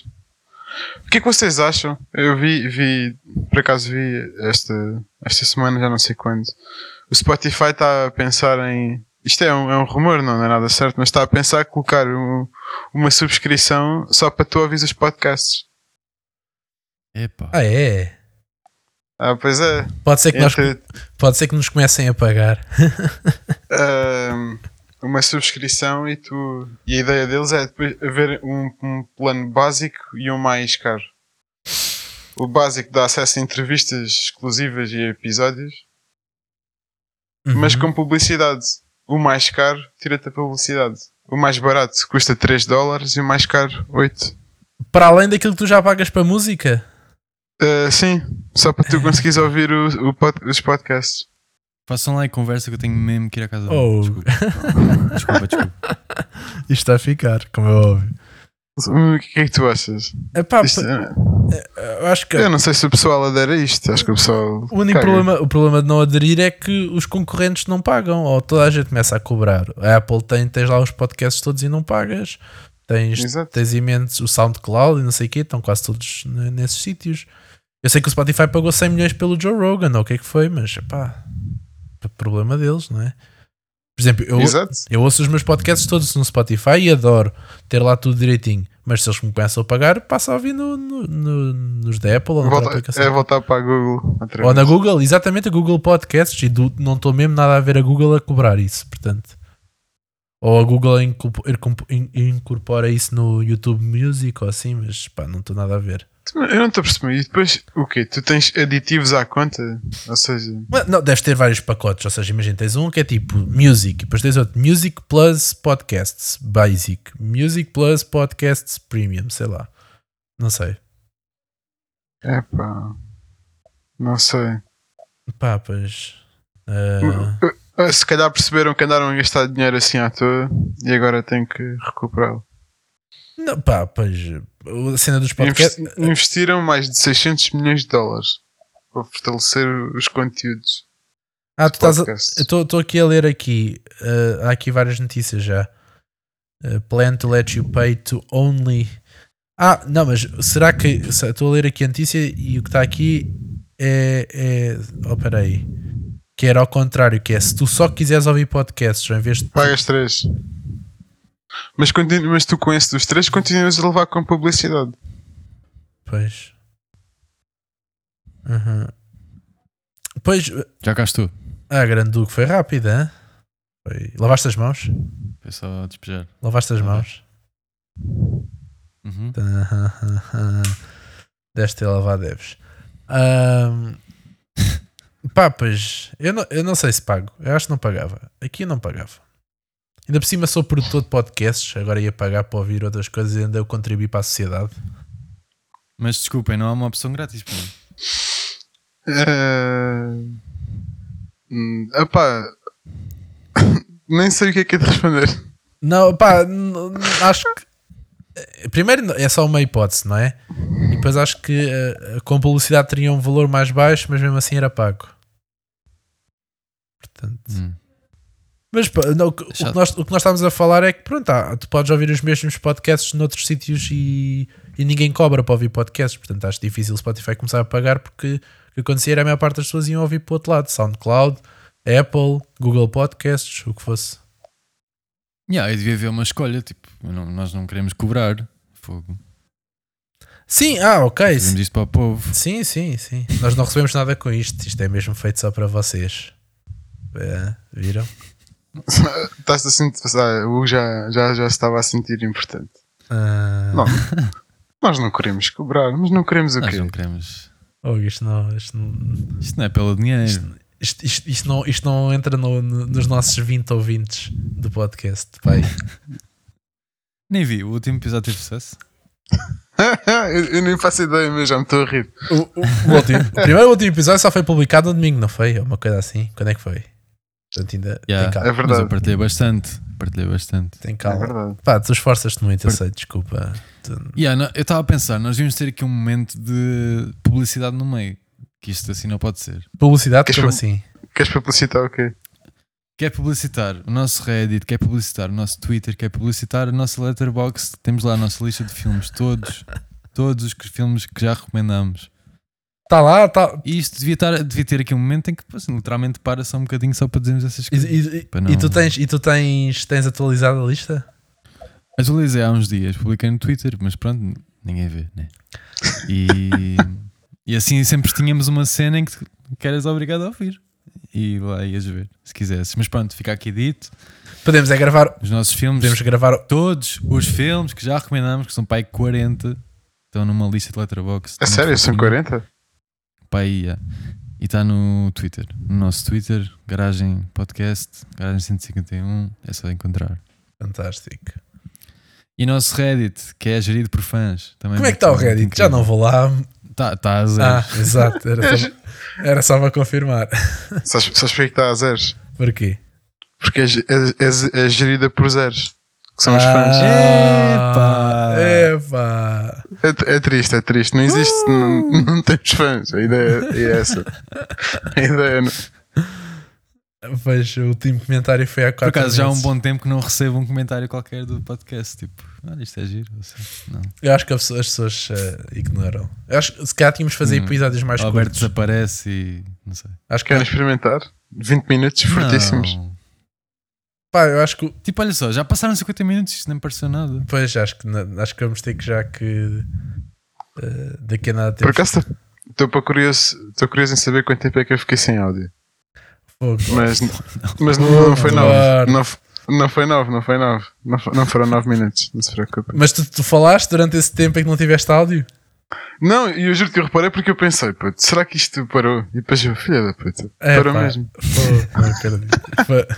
Speaker 4: O que é que vocês acham? Eu vi, vi por acaso vi esta, esta semana, já não sei quando. O Spotify está a pensar em. Isto é um, é um rumor, não, não é nada certo, mas está a pensar em colocar um- uma subscrição só para tu ouvires os podcasts.
Speaker 1: Epá.
Speaker 3: Ah, é?
Speaker 4: Ah, pois é.
Speaker 3: Pode ser que, nós,
Speaker 4: Entre,
Speaker 3: pode ser que nos comecem a pagar.
Speaker 4: ahm, uma subscrição e tu. E a ideia deles é depois haver um, um plano básico e um mais caro. O básico dá acesso a entrevistas exclusivas e episódios, mas
Speaker 3: Uhum.
Speaker 4: com publicidade. O mais caro tira-te a publicidade. O mais barato custa 3 dólares e o mais caro 8.
Speaker 3: Para além daquilo que tu já pagas para música.
Speaker 4: Ah, sim, só para tu conseguires ouvir o- o pod- os podcasts.
Speaker 1: Façam lá e conversa que eu tenho mesmo que ir à casa. dela.
Speaker 3: Oh.
Speaker 1: Desculpa.
Speaker 3: (laughs)
Speaker 1: desculpa, desculpa.
Speaker 3: Isto está a ficar, como é óbvio.
Speaker 4: Hum, O que é que tu achas?
Speaker 3: Ah,
Speaker 4: Isto- é-
Speaker 3: eu acho que
Speaker 4: Eu não sei se o pessoal adere a isto. Acho que o pessoal.
Speaker 3: O único
Speaker 4: caga.
Speaker 3: problema, o problema de não aderir é que os concorrentes não pagam, ou toda a gente começa a cobrar. A Apple tem, tens lá os podcasts todos e não pagas. Tens,
Speaker 4: Exato.
Speaker 3: tens imensos o SoundCloud e não sei o quê, estão quase todos n- nesses sítios. Eu sei que o Spotify pagou 100 milhões pelo Joe Rogan, ou o que é que foi, mas pá, problema deles, não é? Por exemplo, eu,
Speaker 4: Exato.
Speaker 3: eu ouço os meus podcasts todos no Spotify e adoro ter lá tudo direitinho. Mas se eles me começam a pagar, passa a ouvir no, no- no- nos da Apple ou noutra
Speaker 4: Volta,
Speaker 3: aplicação.
Speaker 4: é voltar para a Google. outra
Speaker 3: Ou
Speaker 4: vez.
Speaker 3: na Google, exatamente a Google Podcasts, e do- não estou mesmo nada a ver a Google a cobrar isso, portanto. Ou a Google incorpo- incorpo- in- incorpora isso no YouTube Music ou assim, mas pá, não estou nada a ver.
Speaker 4: Eu não estou a perceber. E depois, o quê? Tu tens aditivos à conta? Ou seja,
Speaker 3: Mas, não, deves ter vários pacotes, ou seja, imagina, tens um que é tipo Music, e depois tens outro Music Plus Podcasts Basic, Music Plus Podcasts Premium, sei lá. Não sei.
Speaker 4: é pá. Não sei.
Speaker 3: Pá, pois. ah,
Speaker 4: Ah, Se calhar perceberam que andaram a gastar dinheiro assim à toa e agora têm que recuperá-lo.
Speaker 3: não, pá, pois. A cena dos podcasts.
Speaker 4: Investi- investiram mais de 600 milhões de dólares para fortalecer os conteúdos.
Speaker 3: Ah, tu estás, a-
Speaker 4: podcasts.
Speaker 3: Estou aqui a ler aqui. eh, há aqui várias notícias já. Eh, plan to let you pay to only. Ah, não, mas será que. se- Estou a ler aqui a notícia e o que está aqui é. é oh, peraí. Que era ao contrário, que é se tu só quiseres ouvir podcasts em vez de.
Speaker 4: Pagas 3. Mas, continu- mas tu com esse dos 3 continuas a levar com publicidade.
Speaker 3: Pois. Uhum. Pois.
Speaker 1: Já cá estou.
Speaker 3: Ah, grande Duque, foi rápida, hã? Foi. Lavaste as mãos?
Speaker 1: Foi só despejar.
Speaker 3: Lavaste as mãos?
Speaker 1: Uhum.
Speaker 3: (laughs) Deste ter lavar deves. Ahm, pá, pois eu não, eu não sei se pago. Eu acho que não pagava. Aqui eu não pagava. Ainda por cima sou produtor de podcasts. Agora ia pagar para ouvir outras coisas e ainda eu contribuí para a sociedade.
Speaker 1: Mas desculpem, não há uma opção grátis para mim.
Speaker 4: Eh, Ah, pá, nem sei o que é que é de responder.
Speaker 3: Não, pá, n- n- acho que. eh, Primeiro é só uma hipótese, não é? E depois acho que eh, com publicidade teria um valor mais baixo, mas mesmo assim era pago. Portanto.
Speaker 1: Hum.
Speaker 3: Mas pá, não, o, que, o que
Speaker 1: Chato.
Speaker 3: nós, o que nós estamos a falar é que pronto, ah, tu podes ouvir os mesmos podcasts noutros sítios e, e ninguém cobra para ouvir podcasts, portanto acho difícil o Spotify começar a pagar porque o que acontecia era a maior parte das pessoas iam ouvir para o outro lado, SoundCloud, Apple, Google Podcasts, o que fosse.
Speaker 1: Yeah, eu devia haver uma escolha, tipo, não- nós não queremos cobrar fogo.
Speaker 3: Sim, ah, ok.
Speaker 1: Fazemos isto para o povo.
Speaker 3: Sim, sim, sim. Nós não recebemos nada com isto, isto é mesmo feito só para vocês. É, viram?
Speaker 4: Estás a sentir. Ah, o Hugo já, já, já se estava a sentir importante.
Speaker 3: Ah,
Speaker 4: Não. Nós não queremos cobrar, mas não queremos é o
Speaker 1: Nós
Speaker 4: quê?
Speaker 1: não queremos.
Speaker 3: oh, isto não. Isto não
Speaker 1: Isto não é pelo dinheiro.
Speaker 3: Isto, isto- isto não, isto não entra no- no- nos nossos 20 ouvintes do podcast, pai.
Speaker 1: Nem vi, o último episódio teve sucesso.
Speaker 4: (laughs) eu, eu nem faço ideia mesmo, já me estou a rir.
Speaker 3: O, o- o último- o primeiro e último episódio só foi publicado no domingo, não foi? Ou Uma coisa assim. Quando é que foi? Portanto, ainda
Speaker 1: Yeah.
Speaker 3: tem
Speaker 4: É
Speaker 3: calma.
Speaker 1: Ah, Mas eu
Speaker 4: verdade.
Speaker 1: partilhei bastante. Partilhei bastante.
Speaker 3: Tem
Speaker 4: É
Speaker 3: calma.
Speaker 4: verdade.
Speaker 3: Pá, tu esforças-te muito, eu sei, desculpa. Tu-
Speaker 1: Yeah, não, eu estava a pensar, nós devíamos ter aqui um momento de publicidade no meio. Que isto assim não pode ser.
Speaker 3: Publicidade,
Speaker 4: Queres
Speaker 3: como
Speaker 4: pub-
Speaker 3: assim?
Speaker 4: Queres publicitar o quê? É
Speaker 1: Quer publicitar o nosso Reddit, quer publicitar o nosso Twitter, quer publicitar a nossa Letterboxd. Temos lá a nossa lista de filmes, todos. Todos os que- filmes que já recomendamos.
Speaker 3: Está Tá lá, está.
Speaker 1: E isto devia, estar, devia ter aqui um momento em que assim, literalmente para só um bocadinho só para dizermos essas
Speaker 3: E,
Speaker 1: coisas.
Speaker 3: e- e-
Speaker 1: Pá, não.
Speaker 3: e tu, tens, e tu tens, tens atualizado a lista?
Speaker 1: Atualizei há uns dias, publiquei no Twitter, mas pronto, ninguém vê, né?
Speaker 3: (laughs)
Speaker 1: E, e assim sempre tínhamos uma cena em que, que eras obrigado a ouvir. E lá ias ver, se quisesses. Mas pronto, fica aqui dito.
Speaker 3: Podemos é gravar.
Speaker 1: Os nossos filmes,
Speaker 3: Podemos gravar.
Speaker 1: todos os filmes que já recomendamos, que são pai 40, estão numa lista de letterbox.
Speaker 4: A É sério? São 40?
Speaker 1: Pai, é. E está no Twitter, no nosso Twitter, Garagem Podcast, Garagem 151, é só encontrar. é
Speaker 3: Fantástico.
Speaker 1: E o nosso Reddit, que é gerido por fãs. Também
Speaker 3: Como é que
Speaker 1: muito-
Speaker 3: está o
Speaker 1: muito
Speaker 3: Reddit? Já
Speaker 1: incrível.
Speaker 3: não vou lá.
Speaker 1: Tá, tá a zero.
Speaker 3: Ah, exato. Era
Speaker 4: (laughs)
Speaker 3: só, era só para confirmar.
Speaker 4: Sabes sabes porquê que está a zeros?
Speaker 3: Porquê?
Speaker 4: Porque é, ge- é- é ze- é gerida por zeros. Que são os fãs.
Speaker 1: Epá.
Speaker 3: Ah, É, Epá!
Speaker 4: É, é triste, é triste. Não existe, não,
Speaker 1: Uh.
Speaker 4: não temos fãs. A ideia é essa. A ideia é não.
Speaker 3: Pois o último comentário foi há
Speaker 1: Por
Speaker 3: quatro
Speaker 1: acaso já há um
Speaker 3: meses.
Speaker 1: bom tempo que não recebo um comentário qualquer do podcast. Tipo, olha, isto é giro. ou seja, Não.
Speaker 3: Eu acho que as pessoas, as pessoas, eh, ignoram. Eu acho que se calhar tínhamos de fazer
Speaker 1: Hum.
Speaker 3: episódios mais
Speaker 1: O Alberto
Speaker 3: curtos.
Speaker 1: desaparece e. Não sei.
Speaker 3: Acho que,
Speaker 4: Querem experimentar? 20 minutos fortíssimos.
Speaker 1: Não.
Speaker 3: pá, eu acho que.
Speaker 1: Tipo, olha só, já passaram 50 minutos, isto nem pareceu nada.
Speaker 3: Pois, acho que, na- acho que vamos ter que já que. eh, daqui a nada
Speaker 4: Por
Speaker 3: temos
Speaker 4: acaso estou para curioso, estou curioso em saber quanto tempo é que eu fiquei sem áudio.
Speaker 3: fogo.
Speaker 4: Mas, mas não, não foi
Speaker 3: Claro.
Speaker 4: nove. Não, f- não foi nove, não foi nove. Não, f- não foram nove minutos, não se preocupe.
Speaker 3: Mas tu, tu falaste durante esse tempo em que não tiveste áudio?
Speaker 4: Não, e eu juro que eu reparei porque eu pensei, puto, será que isto parou? E depois eu, filha da puta,
Speaker 3: É,
Speaker 4: parou
Speaker 3: pá.
Speaker 4: mesmo.
Speaker 3: Fogo, não acredito. Fa-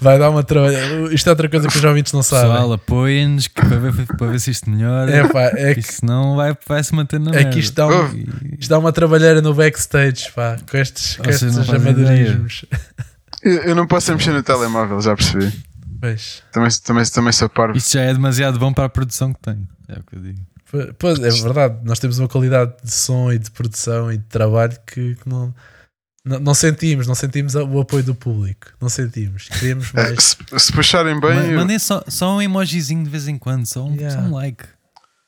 Speaker 3: Vai dar uma trabalha. Isto é outra coisa que os jovens não sabem.
Speaker 1: Pessoal, apoiem-nos que para, ver, para ver se isto melhora.
Speaker 3: É pá, é
Speaker 1: que
Speaker 3: que,
Speaker 1: isto não vai, vai se manter na
Speaker 3: é que
Speaker 1: merda.
Speaker 3: isto dá um,
Speaker 4: Ouve.
Speaker 1: E-
Speaker 3: Isto dá uma trabalheira no backstage, pá, com estes, com
Speaker 1: Vocês não
Speaker 3: estes
Speaker 1: fazem
Speaker 3: amadorismos.
Speaker 4: Eu, eu não posso é mexer no telemóvel, já percebi.
Speaker 3: Pois,
Speaker 4: Também, também, também sou parvo.
Speaker 1: Isto já é demasiado bom para a produção que tem. É o que eu digo.
Speaker 3: po- pois, é verdade, nós temos uma qualidade de som e de produção e de trabalho que, que não, não, não sentimos, não sentimos o apoio do público, não sentimos, queremos
Speaker 4: É,
Speaker 3: mais.
Speaker 4: se, se puxarem bem,
Speaker 1: Ma-
Speaker 4: eu-
Speaker 1: Mandem só, só um emojizinho de vez em quando, só um,
Speaker 3: Yeah.
Speaker 1: só um like.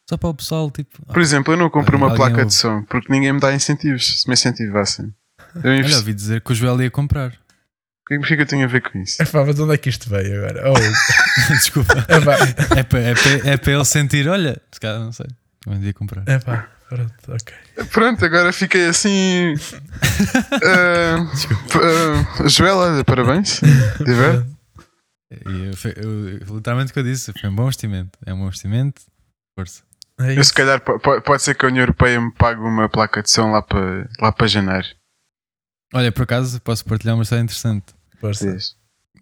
Speaker 1: Só para o pessoal, tipo.
Speaker 4: por exemplo, eu não compro uma
Speaker 1: Alguém
Speaker 4: placa de
Speaker 1: ouve.
Speaker 4: som porque ninguém me dá incentivos. Se me incentivassem, eu
Speaker 1: Olha,
Speaker 4: investi...
Speaker 1: ouvi dizer que o Joel ia comprar. (laughs)
Speaker 4: o que é que eu tenho a ver com isso?
Speaker 3: Epá, mas onde é que isto veio agora? Oh,
Speaker 1: Desculpa.
Speaker 3: epá,
Speaker 1: É para, é, para, é para ele sentir, olha, se calhar não sei. Também ia
Speaker 3: (laughs)
Speaker 1: comprar.
Speaker 3: epá, pronto, ok.
Speaker 4: Pronto, agora fiquei assim. Ah, ah, Joela, olha, parabéns. Tiver.
Speaker 1: E eu, foi- eu- eu- literalmente o que eu disse, foi um bom investimento. É um bom investimento. Força.
Speaker 3: É
Speaker 4: Eu,
Speaker 3: isso.
Speaker 4: se calhar, po- po- pode ser que a União Europeia me pague uma placa de som lá para lá para janeiro.
Speaker 1: Olha, por acaso posso partilhar uma história interessante.
Speaker 3: Força.
Speaker 4: Diz.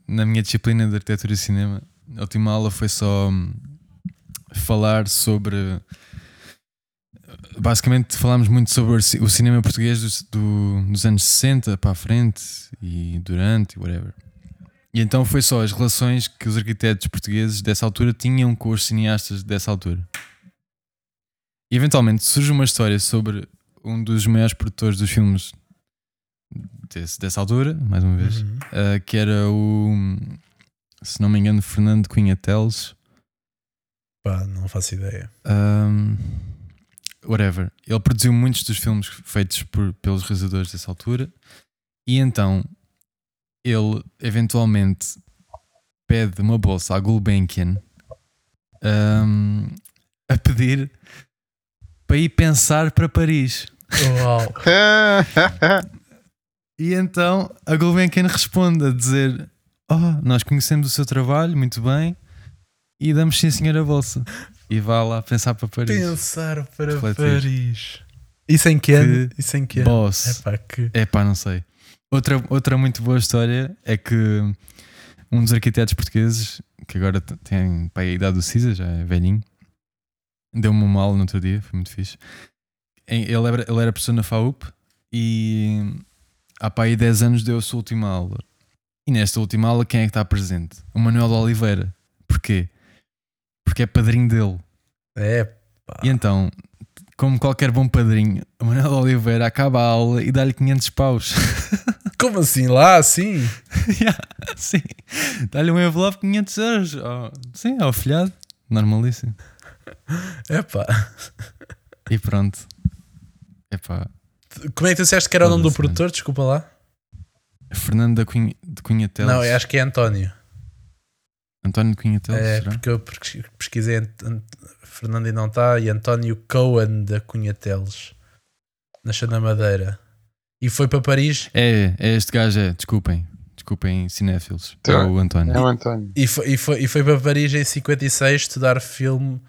Speaker 1: Na minha disciplina de arquitetura e cinema, a última aula foi só hum, falar sobre. Basicamente falámos muito sobre o ci- o cinema português dos, do- dos anos 60 para a frente e durante e whatever. E então foi só as relações que os arquitetos portugueses dessa altura tinham com os cineastas dessa altura. E eventualmente surge uma história sobre um dos maiores produtores dos filmes desse- dessa altura, mais uma vez,
Speaker 3: Uhum.
Speaker 1: Uh, que era o, se não me engano, Fernando Cunha Teles.
Speaker 3: Pá, não faço ideia.
Speaker 1: Um, whatever. Ele produziu muitos dos filmes feitos por, pelos realizadores dessa altura. E então ele eventualmente pede uma bolsa à Gulbenkian um, a pedir para ir pensar para Paris.
Speaker 3: Uau,
Speaker 4: É,
Speaker 1: (laughs) E então a Gulbenkian responde a dizer: Oh, nós conhecemos o seu trabalho muito bem e damos sim, senhor, a bolsa. E vá lá pensar para Paris.
Speaker 3: (laughs) pensar para
Speaker 1: Refletir.
Speaker 3: Paris. Isso em que ano?
Speaker 1: Que
Speaker 3: Isso em que é. ano?
Speaker 1: Boss.
Speaker 3: Epá, que.
Speaker 1: É pá, não sei. Outra, outra muito boa história é que um dos arquitetos portugueses, que agora t- tem pá, a idade do Cisa, já é velhinho, deu-me um mal no outro dia, foi muito fixe. Em- Ele era, ele era professor na FAUP e há para aí 10 anos deu a sua última aula. E nesta última aula, quem é que está presente? O Manuel de Oliveira. Porquê? Porque é padrinho dele.
Speaker 3: É,
Speaker 1: E então, como qualquer bom padrinho, o Manuel de Oliveira acaba a aula e dá-lhe 500 paus. (laughs)
Speaker 3: como assim? Lá, assim?
Speaker 1: Yeah, sim. Dá-lhe um envelope de 500 euros. Oh, sim, ao filhado. Normalíssimo.
Speaker 3: É pá.
Speaker 1: E pronto. Epá.
Speaker 3: Como é que tu disseste que era o nome do
Speaker 1: Foda-se, mano.
Speaker 3: produtor? Desculpa lá.
Speaker 1: Fernando da Cunha, de Cunha Teles.
Speaker 3: Não, eu acho que é António.
Speaker 1: António de Cunha Teles,
Speaker 3: É,
Speaker 1: será?
Speaker 3: porque eu pesqui- pesquisei Ant- Ant- Fernando e não está e António Cohen da Cunha Teles. Nasceu na Madeira. E foi para Paris
Speaker 1: É, é este gajo, é. Desculpem. Desculpem, cinéfilos. É
Speaker 4: Tá.
Speaker 1: o António.
Speaker 4: É o António.
Speaker 3: e foi, e foi, e foi para Paris em 56 estudar filme.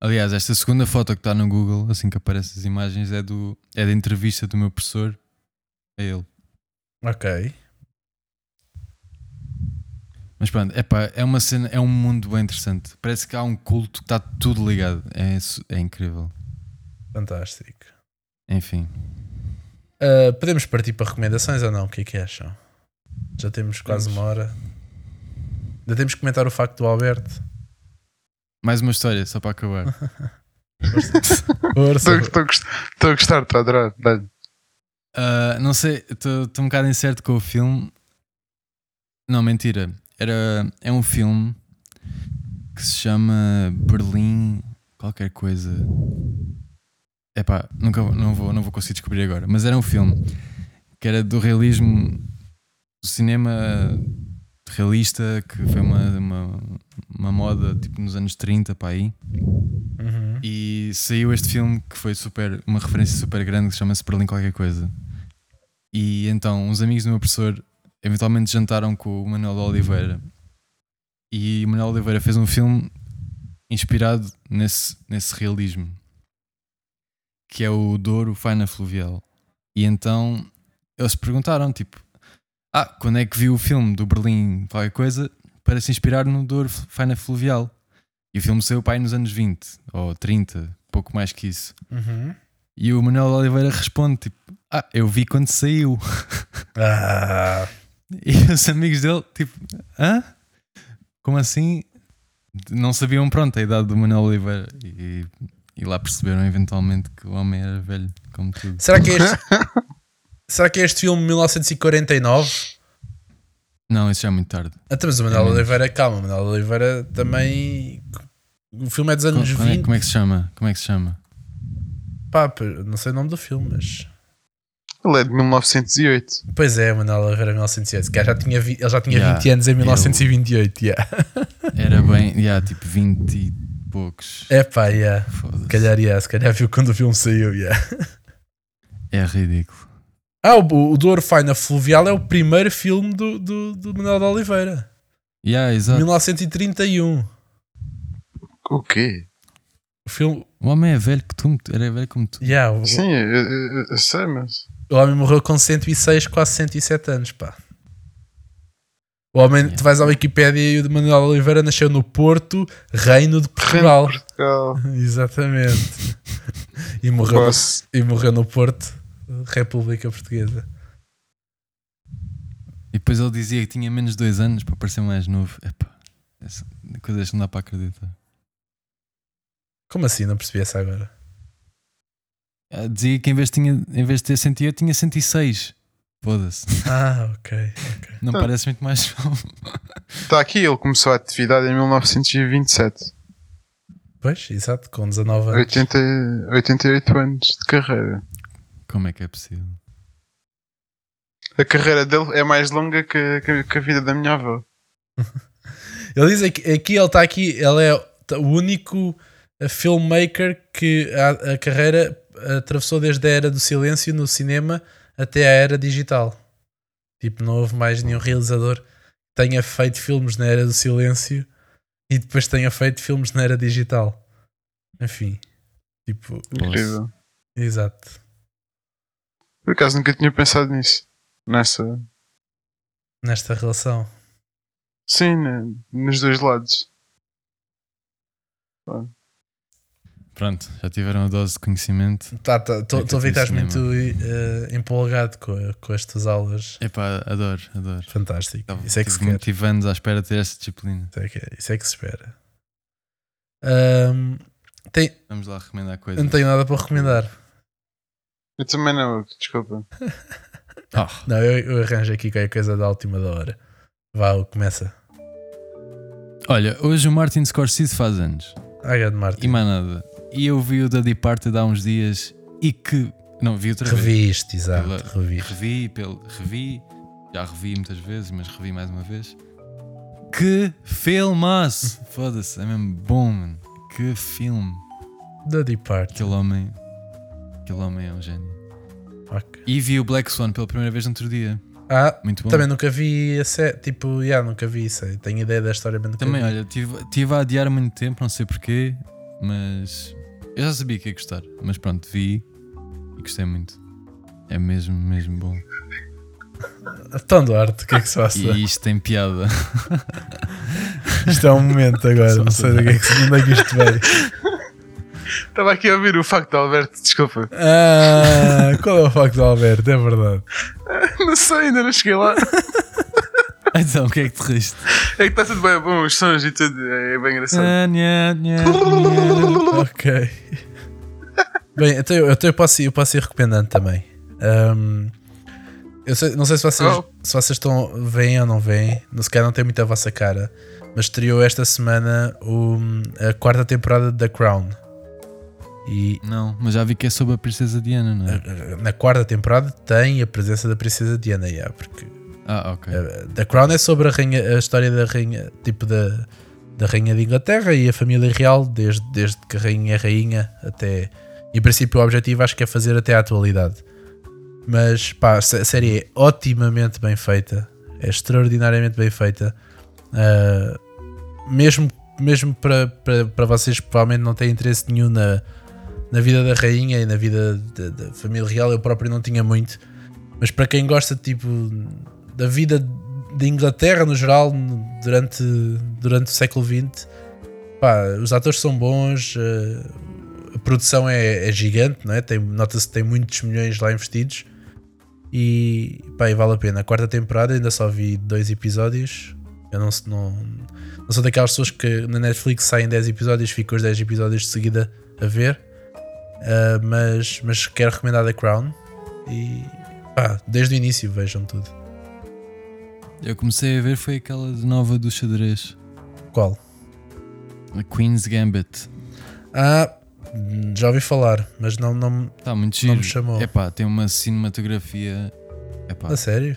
Speaker 1: Aliás, esta segunda foto que está no Google, assim que aparecem as imagens, é, do, é da entrevista do meu professor a ele.
Speaker 3: Ok.
Speaker 1: Mas pronto, epá, é uma cena, é um mundo bem interessante. Parece que há um culto que está tudo ligado. É, su- é incrível.
Speaker 3: Fantástico.
Speaker 1: Enfim.
Speaker 3: Ah, podemos partir para recomendações ou não? O que é que acham? Já temos quase
Speaker 1: Temos.
Speaker 3: uma hora. Ainda temos que comentar o facto do Alberto.
Speaker 1: Mais uma história, só para acabar.
Speaker 3: (laughs) Força.
Speaker 4: Estou estou a gost- estou a gostar, estou a adorar. Dá-lhe.
Speaker 1: Ah, não sei, estou estou um bocado incerto com o filme. Não, mentira. Era, é um filme que se chama Berlim qualquer coisa. Epá, nunca não vou, não vou conseguir descobrir agora. Mas era um filme que era do realismo do cinema realista que foi uma, uma, uma moda tipo nos anos 30 para aí.
Speaker 3: Uhum.
Speaker 1: E saiu este filme que foi super, uma referência super grande que chama-se Berlim Qualquer Coisa. E então, uns amigos do meu professor eventualmente jantaram com o Manuel de Oliveira. E o Manuel de Oliveira fez um filme inspirado nesse, nesse realismo, que é o Douro Faina Fluvial. E então eles perguntaram: tipo, ah, quando é que viu o filme do Berlim qualquer coisa para se inspirar no Douro Faina Fluvial? E o filme saiu pai nos anos 20 ou 30, pouco mais que isso.
Speaker 3: Uhum.
Speaker 1: E o Manuel de Oliveira responde: tipo, Ah, eu vi quando saiu. (laughs)
Speaker 3: Ah,
Speaker 1: E os amigos dele, tipo, hã? Como assim? Não sabiam, pronto, a idade do Manuel Oliveira. E, e lá perceberam eventualmente que o homem era velho, como tudo.
Speaker 3: será, que é este,
Speaker 1: (laughs)
Speaker 3: será que é este filme de 1949?
Speaker 1: Não, isso já é muito tarde.
Speaker 3: Até Ah, mas o Manuel
Speaker 1: É menos.
Speaker 3: Oliveira, calma, o Manuel Oliveira também. O filme é dos
Speaker 1: Como,
Speaker 3: anos
Speaker 1: como é,
Speaker 3: 20.
Speaker 1: como é que se chama? Como é que se chama?
Speaker 3: Pá, pá, não sei o nome do filme, mas.
Speaker 4: Ele é de 1908.
Speaker 3: Pois é, o Manuel Oliveira 1908. Que já tinha, vi- ele já tinha
Speaker 1: Yeah,
Speaker 3: 20 anos em 1928. Yeah. (laughs)
Speaker 1: Era bem, yeah, tipo 20 e poucos.
Speaker 3: É pá, yeah.
Speaker 1: Foda-se.
Speaker 3: Se calhar, yeah, se calhar viu quando o filme saiu. Yeah.
Speaker 1: É ridículo.
Speaker 3: Ah, o, o Douro Faina Fluvial é o primeiro filme do, do, do Manuel de Oliveira.
Speaker 1: Yeah, exato.
Speaker 3: 1931.
Speaker 4: O quê?
Speaker 3: O filme.
Speaker 1: O homem é velho que tu, era velho como tu.
Speaker 3: Yeah, o,
Speaker 4: Sim, eu, eu- eu- eu sei, mas.
Speaker 3: O homem morreu com 106, quase 107 anos, pá. O homem,
Speaker 1: Yeah.
Speaker 3: tu vais à Wikipédia e o de Manuel Oliveira nasceu no Porto, Reino de Portugal.
Speaker 4: Portugal.
Speaker 3: (laughs) Exatamente. e, morreu,
Speaker 4: Posso.
Speaker 3: e morreu no Porto, República Portuguesa.
Speaker 1: E depois ele dizia que tinha menos de 2 anos para parecer mais novo. Epá, essa- coisas que não dá para acreditar.
Speaker 3: Como assim? Não percebi essa agora.
Speaker 1: Ah, Dizia que em vez, de tinha, em vez de ter 108, tinha 106. Foda-se.
Speaker 3: Ah, ok.
Speaker 1: Não
Speaker 3: (laughs) Tá.
Speaker 4: Ah.
Speaker 1: parece muito mais jovem.
Speaker 4: Está aqui, ele começou a atividade em 1927.
Speaker 3: Pois, exato, com 19 anos.
Speaker 4: 80, 88 anos de carreira.
Speaker 1: Como é que é possível?
Speaker 4: A carreira dele é mais longa que, que- que a vida da minha avó.
Speaker 3: Ele diz aqui, aqui ele está aqui, ele é o único eh, filmmaker que a, a carreira eh, atravessou desde a era do silêncio no cinema até a era digital. Tipo, não houve mais nenhum realizador que tenha feito filmes na era do silêncio e depois tenha feito filmes na era digital. Enfim, tipo,
Speaker 4: Incrível.
Speaker 3: exato.
Speaker 4: Por acaso nunca tinha pensado nisso. Nessa.
Speaker 3: Nesta relação.
Speaker 4: Sim, né, nos dois lados.
Speaker 1: Pronto, já tiveram a dose de conhecimento.
Speaker 3: Tá, tá, Estou
Speaker 1: É que
Speaker 3: estou a ver que
Speaker 1: eu
Speaker 3: estás
Speaker 1: disse
Speaker 3: muito eh, empolgado com, a- com estas aulas.
Speaker 1: Epá, adoro, adoro.
Speaker 3: Fantástico.
Speaker 1: Tava- tipo
Speaker 3: Isso é que se
Speaker 1: Então, tive
Speaker 3: quer.
Speaker 1: muito- tive anos à espera de ter esta disciplina.
Speaker 3: Isso é que, isso é que se espera. Ahm, tem-
Speaker 1: Vamos lá recomendar
Speaker 3: eu
Speaker 1: coisas.
Speaker 3: não tenho nada para recomendar.
Speaker 4: Eu também não, desculpa.
Speaker 1: Oh,
Speaker 3: Não, eu, eu arranjo aqui qualquer coisa da última da hora. Vá, Hugo, começa.
Speaker 1: Olha, hoje o Martin Scorsese faz anos.
Speaker 3: Ai, Ah, grande
Speaker 1: E
Speaker 3: Martin.
Speaker 1: mais nada. E eu vi o da Departed há uns dias e que. Não, vi outra vez.
Speaker 3: Reviste, exato.
Speaker 1: Pela-
Speaker 3: Reviste.
Speaker 1: Revi, pelo, revi. Já revi muitas vezes, mas revi mais uma vez. Que filmaço! Foda-se, é mesmo bom, mano. Que filme.
Speaker 3: Da Departed.
Speaker 1: Aquele homem. Aquele homem é um gênio.
Speaker 3: Ok.
Speaker 1: E vi o Black Swan pela primeira vez no outro dia.
Speaker 3: Ah,
Speaker 1: Muito bom.
Speaker 3: também nunca vi a série. Tipo, já, nunca vi isso. aí. Tenho ideia da história, mas nunca
Speaker 1: Também,
Speaker 3: vi.
Speaker 1: olha, tive, tive a adiar muito tempo, não sei porquê, mas eu já sabia que ia gostar, mas pronto, vi e gostei muito. É mesmo, mesmo bom.
Speaker 3: Então, Duarte, o que é que se passa?
Speaker 1: E isto tem piada.
Speaker 3: Isto é
Speaker 1: (laughs)
Speaker 3: um momento agora. não sei do que é que, se- onde é que isto veio.
Speaker 4: Estava aqui a ouvir o facto de Alberto, desculpa. (laughs)
Speaker 3: Ah, qual é o facto do Alberto? É verdade.
Speaker 4: Não sei, ainda não cheguei lá.
Speaker 1: Então, o que é que te riste?
Speaker 4: É que está tudo bem bom, os sons e tudo, é bem engraçado.
Speaker 1: Ah,
Speaker 3: Ok. Bem, então eu, então eu posso, ir, eu posso ir recomendando também. Ahm, eu sei- não sei se vocês,
Speaker 4: Oh.
Speaker 3: se vocês estão, veem ou não veem, não se calhar não tem muito a vossa cara, mas estreou esta semana o- a quarta temporada de The Crown. E eh,
Speaker 1: Não, mas já vi que é sobre a princesa Diana, não é?
Speaker 3: na quarta temporada tem a presença da princesa Diana, yeah, porque
Speaker 1: Ah, ok.
Speaker 3: Uh, The Crown é sobre a, rainha- a história da rainha, tipo da, da rainha de Inglaterra e a família real, desde, desde que a rainha é rainha até. Em princípio, o objetivo acho que é fazer até à atualidade. Mas pá, a sé- a série é otimamente bem feita, é extraordinariamente bem feita. Uh, mesmo mesmo para, para, para vocês que provavelmente não têm interesse nenhum na, na vida da rainha e na vida da- da família real, eu próprio não tinha muito. Mas para quem gosta, tipo, da vida da Inglaterra no geral no- durante, durante o século XX, pá, os atores são bons, eh, a produção é, é gigante, não é? Tem- nota-se que tem muitos milhões lá investidos e, pá, e vale a pena. A quarta temporada ainda só vi dois episódios. Eu não, se- não, não sou daquelas pessoas que na Netflix saem 10 episódios, fico os 10 episódios de seguida a ver. Eh, mas, mas quero recomendar The Crown e pá, Ah, desde o início vejam tudo.
Speaker 1: Eu comecei a ver foi aquela nova do xadrez,
Speaker 3: Qual?
Speaker 1: a Queen's Gambit.
Speaker 3: Ah, hum, já ouvi falar, mas não, não
Speaker 1: Está Tá muito
Speaker 3: Não
Speaker 1: giro.
Speaker 3: me chamou. Assim.
Speaker 1: Epá, tem uma cinematografia. Epá.
Speaker 3: a sério.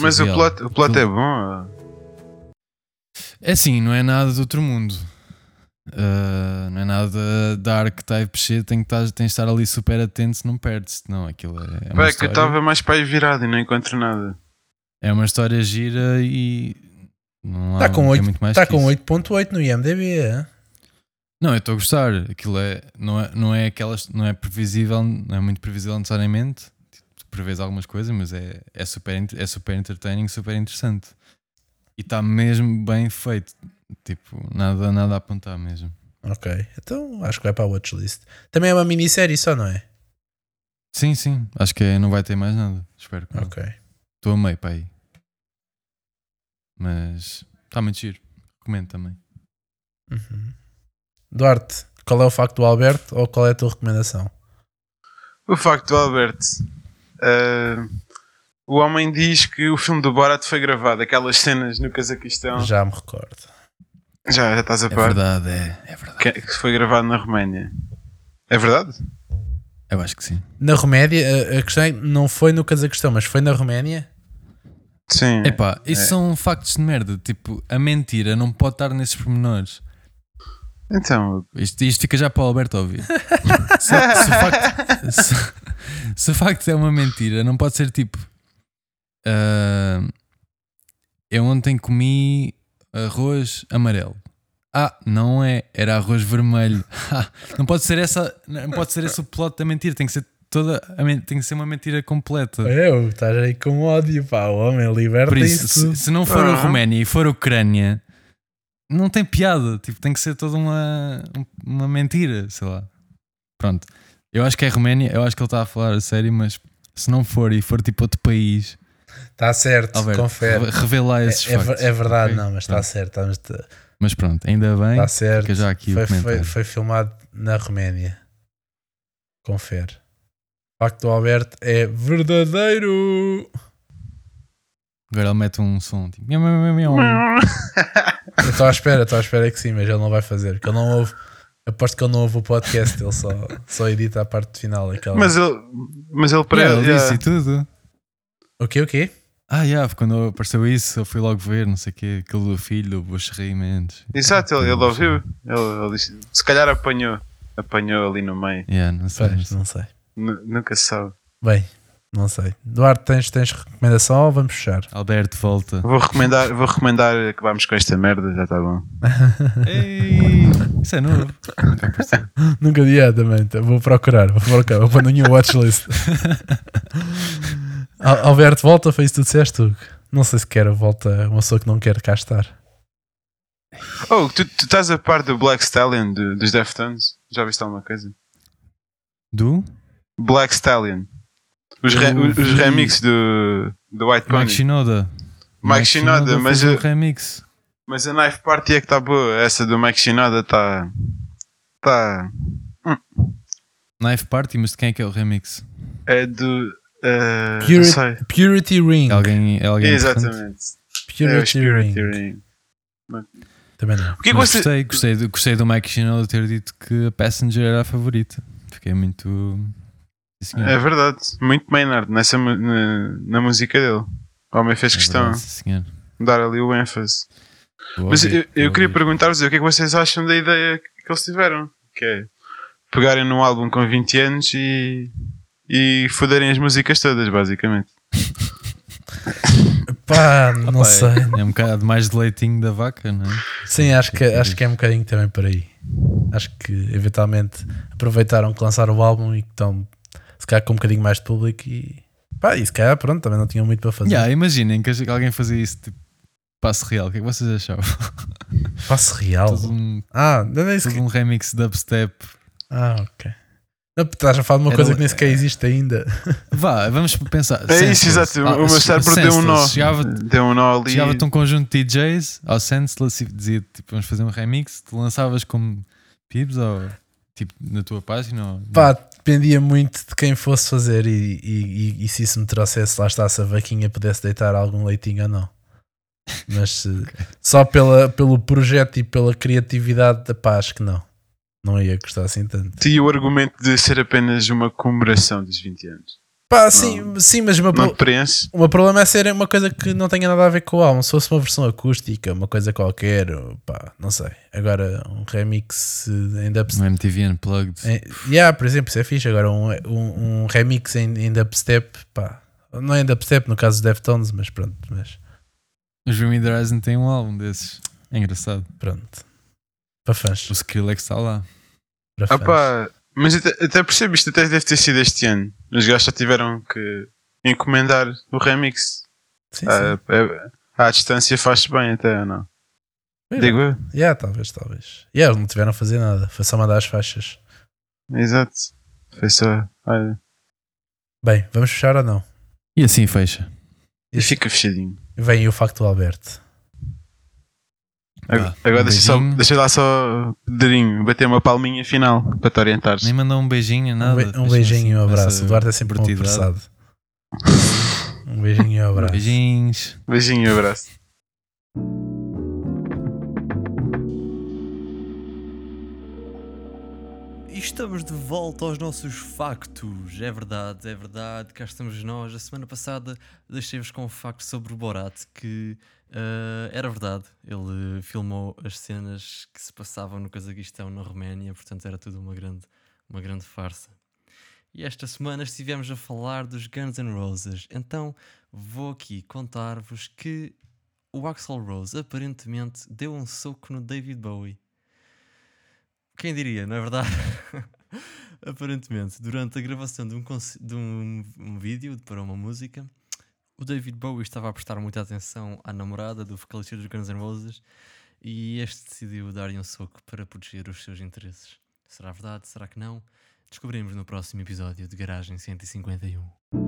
Speaker 4: Mas o
Speaker 1: Surreal.
Speaker 4: plot, o plot
Speaker 1: Tudo.
Speaker 4: é bom.
Speaker 1: É assim, não é nada de outro mundo. Ah, não é nada dark type shit, tem que estar, tens de estar ali super atento se não perdes. Não, aquilo é, é, uma
Speaker 4: Pá, é que eu
Speaker 1: história,
Speaker 4: estava mais para aí virado e não encontro nada.
Speaker 1: é uma história gira e não há
Speaker 3: Está com
Speaker 1: não tem
Speaker 3: 8,
Speaker 1: muito mais
Speaker 3: tá
Speaker 1: que
Speaker 3: com
Speaker 1: isso.
Speaker 3: 8.8 no IMDB, é?
Speaker 1: Não, eu estou a gostar. Aquilo é, não é, não é aquelas, não é previsível, não é muito previsível necessariamente. Tipo, tu prevês algumas coisas, mas é, é, super, ent- é super entertaining, super interessante. E está mesmo bem feito. Tipo, nada, nada a apontar mesmo.
Speaker 3: Ok, então acho que vai para a watchlist. Também é uma minissérie só, não é?
Speaker 1: Sim, sim. Acho que é- não vai ter mais nada. Espero que não.
Speaker 3: Ok.
Speaker 1: Estou a meio para aí. Mas está muito giro. Recomendo também.
Speaker 3: Uhum. Duarte, qual é o facto do Alberto ou qual é a tua recomendação?
Speaker 4: O facto do Alberto. ah, o homem diz que o filme do Borat foi gravado, aquelas cenas no Cazaquistão. Já,
Speaker 3: Já me recordo.
Speaker 4: já, estás a
Speaker 1: É
Speaker 4: par.
Speaker 1: verdade, é, é verdade.
Speaker 4: que, que foi gravado na Roménia. É verdade?
Speaker 1: Eu acho que sim.
Speaker 3: Na Roménia, a, a questão é que não foi no Cazaquistão, mas foi na Roménia.
Speaker 4: Sim.
Speaker 1: Epá, isso são factos de merda. Tipo, a mentira não pode estar nesses pormenores.
Speaker 4: Então,
Speaker 1: Isto, isto fica já para o Alberto ouvir. se, se o facto, se- se o facto é uma mentira, não pode ser tipo. ah, eu ontem comi arroz amarelo. Ah, não é, era arroz vermelho. (laughs) Ah, não pode ser essa, não pode ser esse o plot da mentira, tem que ser toda, a men- tem que ser uma mentira completa.
Speaker 3: Eu, estás aí com ódio, pá, o homem liberta
Speaker 1: Por isso,
Speaker 3: isso.
Speaker 1: se, se não for a
Speaker 4: Ah.
Speaker 1: Roménia e for a Ucrânia, não tem piada. Tipo, tem que ser toda uma, um- uma mentira, sei lá. Pronto. Eu acho que é Roménia, eu acho que ele está a falar a sério, mas se não for e for tipo outro país,
Speaker 3: Está Tá certo,
Speaker 1: Alberto,
Speaker 3: confere.
Speaker 1: re- revela esses
Speaker 3: É, é
Speaker 1: factos.
Speaker 3: ver- é verdade,
Speaker 1: ok? Ah.
Speaker 3: não, mas está
Speaker 1: Pronto.
Speaker 3: certo. Está
Speaker 1: Mas pronto, ainda bem.
Speaker 3: tá certo.
Speaker 1: fica já aqui o
Speaker 3: foi, foi-
Speaker 1: comentário.
Speaker 3: foi filmado na Roménia. Confere. O facto do Alberto é verdadeiro.
Speaker 1: Agora ele mete um som tipo. miau, miau, miau, miau.
Speaker 3: Eu Estou à espera, estou à espera que sim, mas ele não vai fazer. Que ele não ouve. Aposto que ele não ouve o podcast, ele só, só edita a parte final. Aquela...
Speaker 4: (laughs) Mas ele, mas ele para
Speaker 1: Yeah,
Speaker 4: ele.
Speaker 1: ele disse
Speaker 4: yeah.
Speaker 1: e tudo.
Speaker 3: O quê, o quê?
Speaker 1: Ah, yeah, quando apareceu isso, eu fui logo ver, não sei o quê, aquele do filho, do Bocharri Mendes.
Speaker 4: Exato, ele, ele ouviu. Ele, ele disse, se calhar apanhou. Apanhou ali no meio.
Speaker 1: Yeah, não sei. não
Speaker 3: Pois,
Speaker 1: sei.
Speaker 3: não sei.
Speaker 4: Nu- nunca se sabe.
Speaker 3: Bem, não sei. Duarte, tens, tens recomendação ou
Speaker 1: (laughs)
Speaker 3: vamos fechar?
Speaker 1: Alberto, volta.
Speaker 4: Vou recomendar, vou recomendar que vamos com esta merda, já está bom.
Speaker 1: Ei, isso é novo. Nunca apareceu.
Speaker 3: Nunca vi é, também. então Vou procurar, vou procurar. Vou pôr na minha
Speaker 1: (laughs)
Speaker 3: watchlist. Al- Alberto, volta, foi isso que tu disseste, Hugo. Não sei se quer a volta uma pessoa que não quer cá estar.
Speaker 4: Oh, tu, tu estás a par do Black Stallion do- dos Deftones? Já viste alguma coisa?
Speaker 1: Do?
Speaker 4: Black Stallion. Os, re,
Speaker 1: Eu
Speaker 4: os, os
Speaker 1: vi. é
Speaker 4: remixes do, do White
Speaker 1: Mike
Speaker 4: Pony.
Speaker 1: Shinoda.
Speaker 4: Mike Shinoda, mas,
Speaker 1: fez um
Speaker 4: a-
Speaker 1: remix.
Speaker 4: mas a Knife Party é que está boa. Essa do Mike Shinoda tá, está. Está.
Speaker 1: Knife Party, mas de quem é que é o remix?
Speaker 4: É do. eh,
Speaker 3: Pure-
Speaker 4: não sei.
Speaker 3: Purity Ring.
Speaker 1: É alguém, é alguém importante?
Speaker 4: Exatamente. É o
Speaker 3: Purity Ring.
Speaker 4: Spirit Ring.
Speaker 3: Também não.
Speaker 4: O que é que
Speaker 1: Mas
Speaker 4: você.
Speaker 1: gostei, gostei, do- gostei do Mike Shinoda ter dito que a Passenger era a favorita. Fiquei muito. Sim, senhor.
Speaker 4: É verdade, muito Maynard nessa, mu- na, na música dele. O homem fez
Speaker 1: É
Speaker 4: questão
Speaker 1: verdade, sim, senhor.
Speaker 4: de dar ali o ênfase.
Speaker 1: Vou
Speaker 4: Mas
Speaker 1: ouvir,
Speaker 4: eu, eu
Speaker 1: vou
Speaker 4: queria
Speaker 1: ouvir.
Speaker 4: perguntar-vos o que é que vocês acham da ideia que eles tiveram, que é pegarem num álbum com 20 anos e, e foderem as músicas todas, basicamente.
Speaker 1: (laughs)
Speaker 3: Pá, não
Speaker 1: Pá,
Speaker 3: sei.
Speaker 1: É, é um bocado mais de leitinho da vaca, não é?
Speaker 3: Sim, acho que, acho que é um bocadinho também por aí. Acho que eventualmente aproveitaram que lançaram o álbum e que estão se calhar com um bocadinho mais de público e pá, e se calhar pronto, também não tinham muito para fazer.
Speaker 1: Yeah, imaginem que alguém fazia isso tipo passo real. O que é que vocês achavam?
Speaker 3: Passo real.
Speaker 1: Todo um,
Speaker 3: Ah, não é isso
Speaker 1: todo
Speaker 3: que...
Speaker 1: um remix dubstep.
Speaker 3: Ah, ok. Não, porque estás a falar de uma
Speaker 1: Era-
Speaker 3: coisa que nem sequer existe ainda.
Speaker 1: Vá, vamos pensar.
Speaker 4: É isso,
Speaker 1: Senseless.
Speaker 4: exato.
Speaker 1: Ah,
Speaker 4: o meu cérebro deu um
Speaker 1: Senseless.
Speaker 4: nó.
Speaker 1: Chegava,
Speaker 4: Deu um nó ali.
Speaker 1: Chegava-te um conjunto de DJs ao Senseless e dizia tipo, vamos fazer um remix, tu lançavas como pibs ou tipo na tua página ou
Speaker 3: Pá, dependia muito de quem fosse fazer e, e- e- e se isso me trouxesse, lá está, se a vaquinha pudesse deitar algum leitinho ou não. Mas se- só pela, pelo projeto e pela criatividade da paz que não. Não ia gostar assim tanto.
Speaker 4: E o argumento de ser apenas uma comemoração dos 20 anos.
Speaker 3: Pá, sim, sim mas o
Speaker 1: Ah,
Speaker 3: meu,
Speaker 4: Não
Speaker 3: pro-
Speaker 4: te preenche?
Speaker 3: o meu problema é ser uma coisa que não tenha nada a ver com o álbum. Se fosse uma versão acústica, uma coisa qualquer, ou pá, não sei. Agora, um remix eh, em dubstep.
Speaker 1: no MTV Unplugged.
Speaker 3: É, yeah, por exemplo, isso é fixe. Agora, um, um, um remix em, em dubstep, pá. Não é em dubstep, no caso dos Deftones, mas pronto. Mas
Speaker 1: Os Dreamy Horizon têm um álbum desses. É engraçado.
Speaker 3: pronto. Para fãs.
Speaker 1: O Skrillex está lá.
Speaker 3: Para
Speaker 4: Ah
Speaker 3: fãs.
Speaker 4: pá, mas até, até percebo, isto até deve ter sido este ano. Os gajos só tiveram que encomendar o remix.
Speaker 3: sim, sim.
Speaker 4: Ah, é- à distância faz-se bem até, ou não?
Speaker 3: Pois é.
Speaker 4: Digo eu.
Speaker 3: Yeah, talvez, talvez. Yeah, eles não tiveram a fazer nada. Foi só mandar as faixas.
Speaker 4: Exato. Foi só. Olha.
Speaker 3: Bem, vamos fechar ou não?
Speaker 1: E assim fecha.
Speaker 4: E fica fechadinho.
Speaker 3: Vem aí o facto do Alberto.
Speaker 4: Ag-
Speaker 1: Ah,
Speaker 4: Agora
Speaker 1: um
Speaker 4: deixa, só,
Speaker 1: beijinho.
Speaker 4: deixa lá só pedrinho, bater uma palminha final para te orientares.
Speaker 1: Nem mandou um beijinho,
Speaker 3: Um,
Speaker 1: nada.
Speaker 3: be- um beijinho e um abraço. O Eduardo é sempre um
Speaker 1: vertidade.
Speaker 3: apressado. (laughs) Um beijinho e um abraço.
Speaker 1: Beijinhos.
Speaker 4: Beijinho e abraço.
Speaker 2: E estamos de volta aos nossos factos. É verdade, é verdade. Cá estamos nós. A semana passada deixei-vos com um facto sobre o Borat que eh, era verdade. Ele eh, filmou as cenas que se passavam no Cazaquistão, na Roménia, portanto era tudo uma grande, uma grande farsa. E esta semana estivemos a falar dos Guns N' Roses. Então vou aqui contar-vos que o Axl Rose aparentemente deu um soco no David Bowie. Quem diria, não é verdade? (laughs) Aparentemente, durante a gravação de um, conce- de um- um vídeo para uma música, o David Bowie estava a prestar muita atenção à namorada do vocalista dos Guns N' Roses e este decidiu dar-lhe um soco para proteger os seus interesses. Será verdade? Será que não? descobrimos no próximo episódio de Garagem 151.